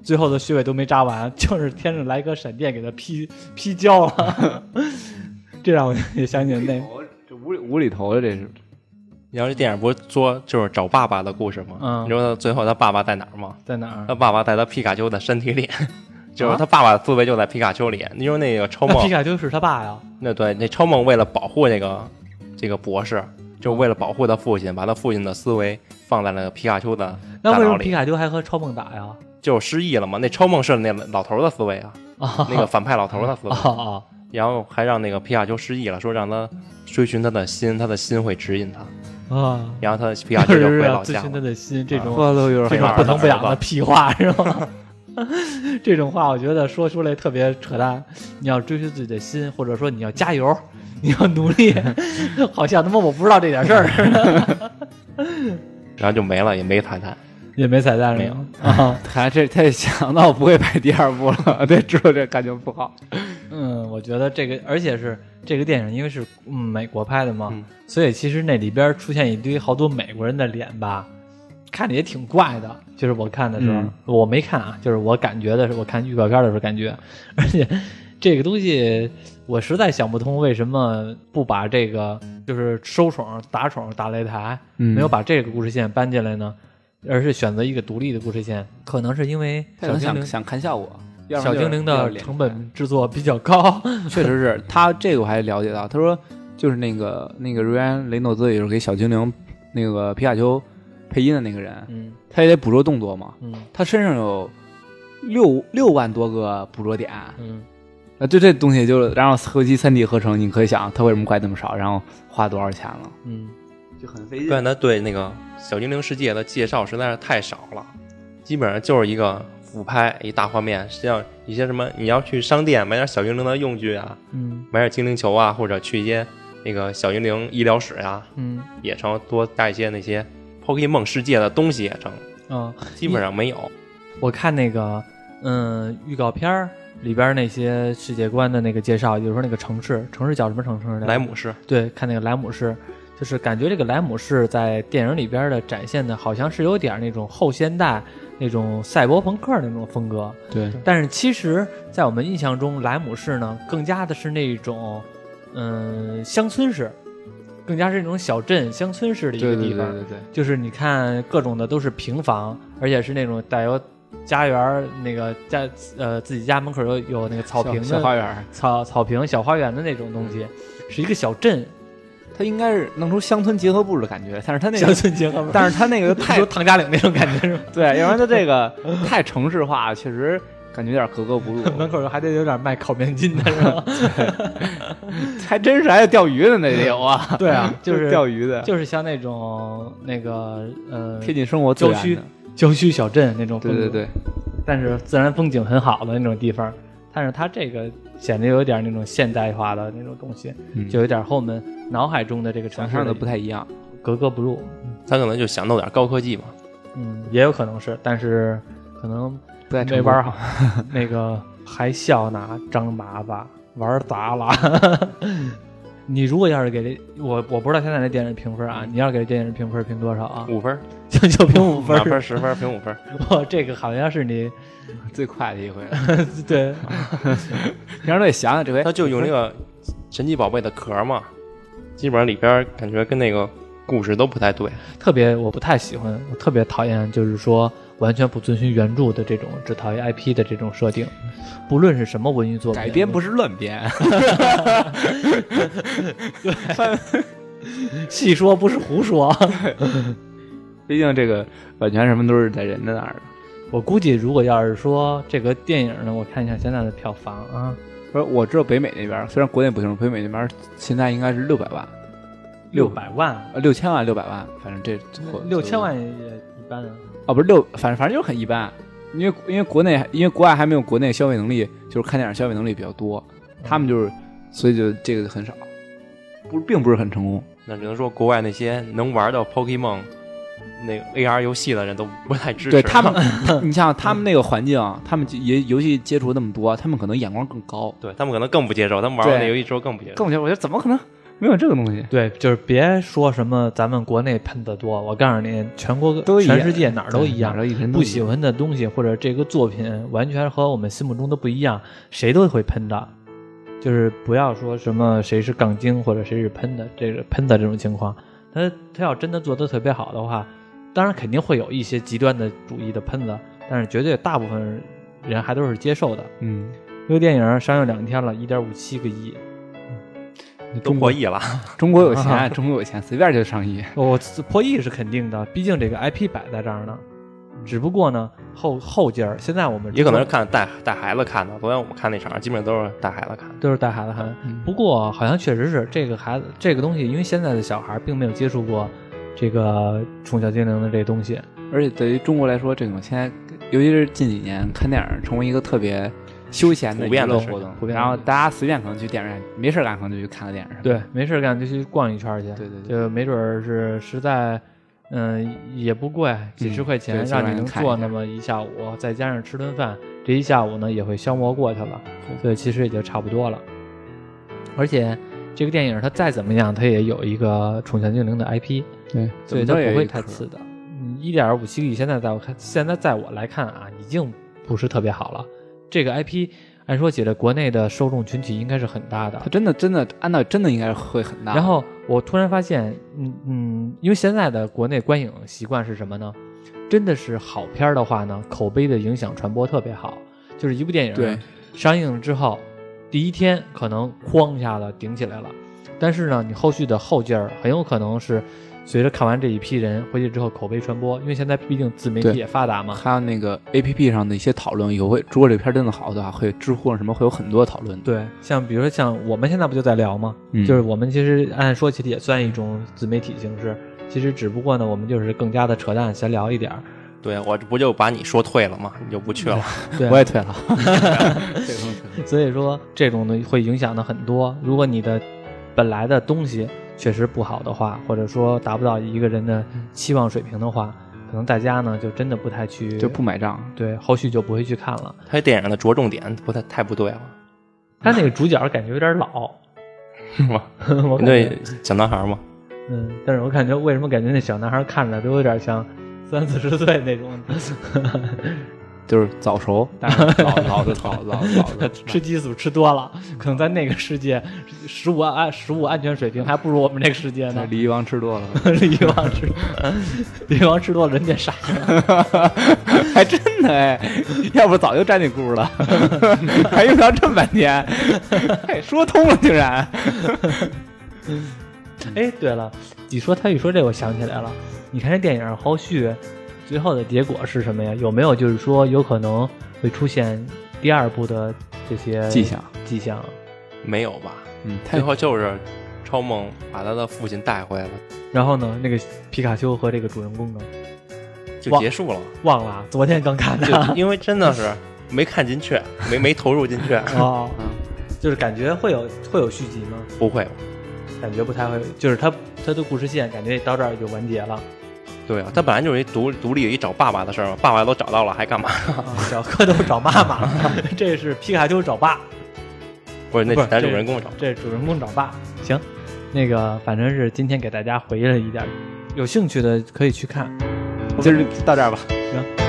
Speaker 2: 最后的穴位都没扎完，就是天上来一颗闪电给他劈劈焦了。 这让我也想起那
Speaker 4: 这无无厘头的，这是
Speaker 3: 你要这电影不是说就是找爸爸的故事吗？
Speaker 2: 嗯
Speaker 3: 你知道最后他爸爸在哪儿吗？
Speaker 2: 在哪儿
Speaker 3: 他？爸爸在他皮卡丘的身体里， 就是他爸爸的思维就在皮卡丘里。你说那个超
Speaker 2: 那啊皮
Speaker 3: 梦，
Speaker 2: 卡丘是他爸呀？
Speaker 3: 那对那超梦为了保护这个这个博士，就为了保护他父亲，把他父亲的思维放在了皮卡丘的
Speaker 2: 那
Speaker 3: 大
Speaker 2: 为什
Speaker 3: 脑
Speaker 2: 么皮
Speaker 3: 里，
Speaker 2: 卡丘还和超梦打呀？
Speaker 3: 就失忆了嘛。那超梦是那老头儿的思维啊，
Speaker 2: 啊
Speaker 3: 那个反派老头儿的思维
Speaker 2: 啊，啊！
Speaker 3: 然后还让那个皮卡丘失忆了，说让他追寻他的心，他的心会指引他。
Speaker 2: 啊！
Speaker 3: 然后他皮卡丘
Speaker 2: 就
Speaker 3: 就回
Speaker 2: 是啊要
Speaker 3: 老
Speaker 2: 咨
Speaker 3: 家
Speaker 2: 询
Speaker 3: 了
Speaker 2: 他。
Speaker 3: 啊
Speaker 2: 的心，这种
Speaker 4: 话都啊有
Speaker 2: 这
Speaker 4: 点
Speaker 2: 种
Speaker 3: 儿
Speaker 2: 不疼不痒
Speaker 3: 儿
Speaker 2: 的
Speaker 3: 子
Speaker 2: 屁话是吗？ 这种话我觉得说出来特别扯淡。你要追求自己的心，或者说你要加油， 你要努力，好像他妈我不知道这点事儿，
Speaker 3: 然后就没了，也没彩蛋。
Speaker 2: 也没彩蛋是吗啊。
Speaker 4: 他哎这他也想到不会拍第二部了， 对，知道这感觉不好。
Speaker 2: 嗯，我觉得这个，而且是这个电影，因为是嗯美国拍的嘛，
Speaker 3: 嗯
Speaker 2: 所以其实那里边出现一堆好多美国人的脸吧，看着也挺怪的。就是我看的时候，
Speaker 4: 嗯
Speaker 2: 我没看啊，就是我感觉的是，我看预告片的时候感觉， 而且这个东西我实在想不通，为什么不把这个就是收宠、打宠、打擂台，
Speaker 4: 嗯
Speaker 2: 没有把这个故事线搬进来呢？而是选择一个独立的故事线，可能是因为
Speaker 4: 他
Speaker 2: 小
Speaker 4: 可能
Speaker 2: 精
Speaker 4: 想
Speaker 2: 灵
Speaker 4: 想看效果，要不
Speaker 2: 小
Speaker 4: 然就是
Speaker 2: 精灵
Speaker 4: 要
Speaker 2: 的
Speaker 4: 脸啊
Speaker 2: 成
Speaker 4: 开
Speaker 2: 本制作比较高，
Speaker 4: 确实是他这个我还了解到，他说就是那个那个瑞安雷诺兹，也就是给小精灵那个皮卡丘配音的那个人，
Speaker 2: 嗯
Speaker 4: 他也得捕捉动作嘛，
Speaker 2: 嗯
Speaker 4: 他身上有六六万多个捕捉点，
Speaker 2: 嗯，
Speaker 4: 啊，就这东西就然后后期三 D 合成，你可以想他为什么怪那么少，然后花多少钱了，
Speaker 2: 嗯，
Speaker 4: 就很费劲
Speaker 3: 但他对那个小精灵世界的介绍实在是太少了，基本上就是一个俯拍一大画面，像一些什么你要去商店买点小精灵的用具啊，
Speaker 2: 嗯
Speaker 3: 买点精灵球啊，或者去一些那个小精灵医疗室啊，
Speaker 2: 嗯
Speaker 3: 也成多带一些那些 Pokemon 世界的东西也成，
Speaker 2: 啊，
Speaker 3: 基本上没有。
Speaker 2: 我看那个嗯预告片儿里边儿那些世界观的那个介绍，比如说那个城市，城市叫什么城市来着？
Speaker 3: 莱姆市
Speaker 2: 对，看那个莱姆市，就是感觉这个莱姆市在电影里边的展现的，好像是有点那种后现代、那种赛博朋克那种风格。
Speaker 4: 对，
Speaker 2: 但是其实，在我们印象中，莱姆市呢，更加的是那种，嗯，乡村式，更加是那种小镇、乡村式的一
Speaker 4: 对
Speaker 2: 个
Speaker 4: 对
Speaker 2: 地
Speaker 4: 对
Speaker 2: 方。
Speaker 4: 对对，
Speaker 2: 就是你看各种的都是平房，而且是那种带有家园儿，那个家呃自己家门口有有那个草坪
Speaker 4: 小小花
Speaker 2: 的
Speaker 4: 园，嗯
Speaker 2: 草草坪小花园的那种东西，是一个小镇
Speaker 4: 他应该是弄出乡村结合部的感觉，但是他 那
Speaker 2: 乡
Speaker 4: 个
Speaker 2: 村结合部。
Speaker 4: 但是他那个太
Speaker 2: 说唐家岭那种感觉 是吧？
Speaker 4: 对，要不然他这个太城市化，确实感觉有点格格不 入。
Speaker 2: 门口还得有点卖烤面 筋的是吧？
Speaker 4: 还真是还有钓鱼的那得有啊，
Speaker 2: 对 啊，就是
Speaker 4: 钓鱼的，
Speaker 2: 就是像那种那个呃
Speaker 4: 贴近生活自
Speaker 2: 郊
Speaker 4: 然
Speaker 2: 区
Speaker 4: 的
Speaker 2: 郊区小镇那种风
Speaker 4: 对
Speaker 2: 格，
Speaker 4: 对对，
Speaker 2: 但是自然风景很好的那种地方，但是它这个显得有点那种现代化的那种东西，
Speaker 4: 嗯
Speaker 2: 就有点和我们脑海中的这个城
Speaker 4: 想
Speaker 2: 市
Speaker 4: 象的不太一样。
Speaker 2: 格格不入。
Speaker 3: 他可能就想弄点高科技嘛，
Speaker 2: 嗯，也有可能是，但是可能
Speaker 4: 不太
Speaker 2: 没
Speaker 4: 成功
Speaker 2: 玩好，那个还笑拿张麻吧，玩砸 了。你如果要是给这我，我不知道现在这电影评分
Speaker 4: 嗯
Speaker 2: 啊，你要是给这电影评分评多少啊？
Speaker 3: 五分儿，
Speaker 2: 就就评五分
Speaker 3: 满分
Speaker 2: 儿。
Speaker 3: 儿十分儿评五 分儿。
Speaker 2: 哇，这个好像是你
Speaker 4: 最快的一回。
Speaker 2: 对
Speaker 4: 平常都得想想这回，
Speaker 3: 它就有那个神奇宝贝的壳嘛，基本上里边儿感觉跟那个故事都不太对。
Speaker 2: 特别我不太喜欢，我特别讨厌，就是说完全不遵循原著的这种只讨厌 IP 的这种设定，不论是什么文艺作品，
Speaker 4: 改编不
Speaker 2: 是
Speaker 4: 是乱编，
Speaker 2: 细说，不是胡说。
Speaker 4: 毕竟这个版权什么都是在人家那儿的。
Speaker 2: 我估计，如果要是说这个电影呢，我看一下现在的票房啊，
Speaker 4: 不是，我知道北美那边，虽然国内不行，北美那边现在应该是六百万，
Speaker 2: 六百万，
Speaker 4: 呃，六千万，六百万，反正这
Speaker 2: 六千万也一般啊。
Speaker 4: 哦，不是六，反正反正就是很一般，因为因为国内因为国外还没有国内消费能力，就是看电影消费能力比较多，他们就是所以就这个很少，不并不是很成功。
Speaker 3: 那只能说国外那些能玩到 Pokemon 那个 AR 游戏的人都不太支持。
Speaker 4: 对他 们，你像他们那个环境，他们也游戏接触那么多，他们可能眼光更高，
Speaker 3: 对他们可能更不接受，他们玩过那
Speaker 4: 对
Speaker 3: 游戏之后更不接受。
Speaker 4: 更觉得我觉得怎么可能没有这个东西？
Speaker 2: 对，就是别说什么咱们国内喷子多，我告诉你，全国
Speaker 4: 都一样
Speaker 2: 全世界哪儿都一样
Speaker 4: 哪儿都一人都
Speaker 2: 不
Speaker 4: 一样
Speaker 2: 喜欢的东西或者这个作品完全和我们心目中的不一样，谁都会喷的。就是不要说什么谁是杠精或者谁是喷的，这个喷的这种情况，他他要真的做得特别好的话，当然肯定会有一些极端的主义的喷子，但是绝对大部分人还都是接受的。
Speaker 4: 嗯，
Speaker 2: 这个电影上映两天了，一点五七个亿，
Speaker 3: 都破亿了，
Speaker 4: 中国有 钱，啊中国有钱，随便就上亿。
Speaker 2: 我破亿是肯定的，毕竟这个 IP 摆在这儿呢。只不过呢，后后劲儿，现在我们
Speaker 3: 也可能是看带带孩子看的。昨天我们看那场，基本上都是带孩子看的。
Speaker 2: 都是带孩子看。
Speaker 4: 嗯
Speaker 2: 不过好像确实是这个孩子这个东西，因为现在的小孩并没有接触过这个宠物小精灵的这东西。
Speaker 4: 而且对于中国来说，这种现在，尤其是近几年，看电影成为一个特别休闲的
Speaker 3: 普
Speaker 4: 娱
Speaker 3: 遍的
Speaker 4: 乐
Speaker 3: 事
Speaker 4: 活
Speaker 3: 情
Speaker 4: 动，
Speaker 2: 普遍的
Speaker 4: 然后大家随便可能去电影院，没事儿干可能就去看个电影。
Speaker 2: 对，没事儿干就去逛一圈儿去。
Speaker 4: 对对对
Speaker 2: 就没准儿是实在，嗯、也不贵，几十块钱、
Speaker 4: 嗯对
Speaker 2: 让
Speaker 4: 就
Speaker 2: 你
Speaker 4: 让
Speaker 2: 能
Speaker 4: 你看一
Speaker 2: 坐
Speaker 4: 下
Speaker 2: 那么一下午，再加上吃顿饭，这一下午呢也会消磨过去了，所以其实也就差不多了。而且这个电影它再怎么样，它也有一个《宠物小精灵》的 IP，
Speaker 4: 对，
Speaker 2: 所以它不会太次的。嗯一点五七个亿，现在在我看，现在在我来看啊，已经不是特别好了。这个 IP 按说起来，国内的受众群体应该是很大的
Speaker 4: 它。真的真的按照真的应该会很大。
Speaker 2: 然后我突然发现，嗯嗯，因为现在的国内观影习惯是什么呢？真的是好片儿的话呢，口碑的影响传播特别好，就是一部电影
Speaker 4: 对
Speaker 2: 上映之后，第一天可能哐一下子顶起来了，但是呢，你后续的后劲儿很有可能是随着看完这一批人回去之后口碑传播，因为现在毕竟自媒体
Speaker 4: 对
Speaker 2: 也发达嘛，
Speaker 4: 还有那个 A P P 上的一些讨论，以后会如果这片儿真的好的话，会知乎上什么会有很多讨论的。
Speaker 2: 对，像比如说像我们现在不就在聊吗？
Speaker 4: 嗯
Speaker 2: 就是我们其实按说起来也算一种自媒体形式，其实只不过呢，我们就是更加的扯淡闲聊一点儿。
Speaker 3: 对我这不就把你说退了吗？你就不去了。
Speaker 2: 对，
Speaker 4: 我也退 了，这个东西退了
Speaker 2: 所以说这种呢会影响的很多。如果你的本来的东西确实不好的话，或者说达不到一个人的
Speaker 4: 嗯
Speaker 2: 期望水平的话，可能大家呢就真的不太去
Speaker 4: 就不买账。
Speaker 2: 对，后续就不会去看了。
Speaker 4: 嗯
Speaker 3: 他这电影的着重点不太太不对了，
Speaker 2: 他那个主角感觉有点老，
Speaker 3: 是吗？
Speaker 2: 我感觉
Speaker 3: 对，小男孩嘛，
Speaker 2: 嗯，但是我感觉为什么感觉那小男孩看着都有点像三四十岁那种，
Speaker 4: 就是早熟，但是老老 的老老老的。
Speaker 2: 吃激素吃多了，可能在那个世界，食物安食物安全水平还不如我们这个世界呢。
Speaker 4: 鲤鱼王吃多了，
Speaker 2: 李玉王吃，李玉王吃多了人变傻了，
Speaker 4: 还真的哎， 要不早就沾那股了， 还用着这么半天，哎，说通了竟然。
Speaker 2: 哎，对了，你说他一说这，我想起来了，你看这电影后续最后的结果是什么呀？有没有就是说有可能会出现第二部的这些
Speaker 4: 迹象？
Speaker 2: 迹象？
Speaker 3: 没有吧？
Speaker 4: 嗯，
Speaker 3: 最后就是超梦把他的父亲带回来了，
Speaker 2: 然后呢，那个皮卡丘和这个主人公呢？
Speaker 3: 就
Speaker 2: 哇
Speaker 3: 结束了。
Speaker 2: 忘了啊，昨天刚看的。
Speaker 3: 就因为真的是没看进去，没没投入进 去，
Speaker 2: 哦，
Speaker 4: 嗯
Speaker 2: 就是感觉会有会有续集吗？
Speaker 3: 不会吧。
Speaker 2: 感觉不太会，就是他他的故事线感觉到这儿就完结了。
Speaker 3: 对啊，他本来就是一独独立一找爸爸的事儿嘛，爸爸都找到了，还干嘛？
Speaker 2: 啊小蝌蚪找妈妈， 这是皮卡丘找爸，
Speaker 3: 不是那
Speaker 2: 不是
Speaker 3: 男主
Speaker 2: 这
Speaker 3: 人公找，
Speaker 2: 这主人公找爸。行，那个反正是今天给大家回了一点儿，有兴趣的可以去看。
Speaker 4: 今儿就到这儿吧。
Speaker 2: 行。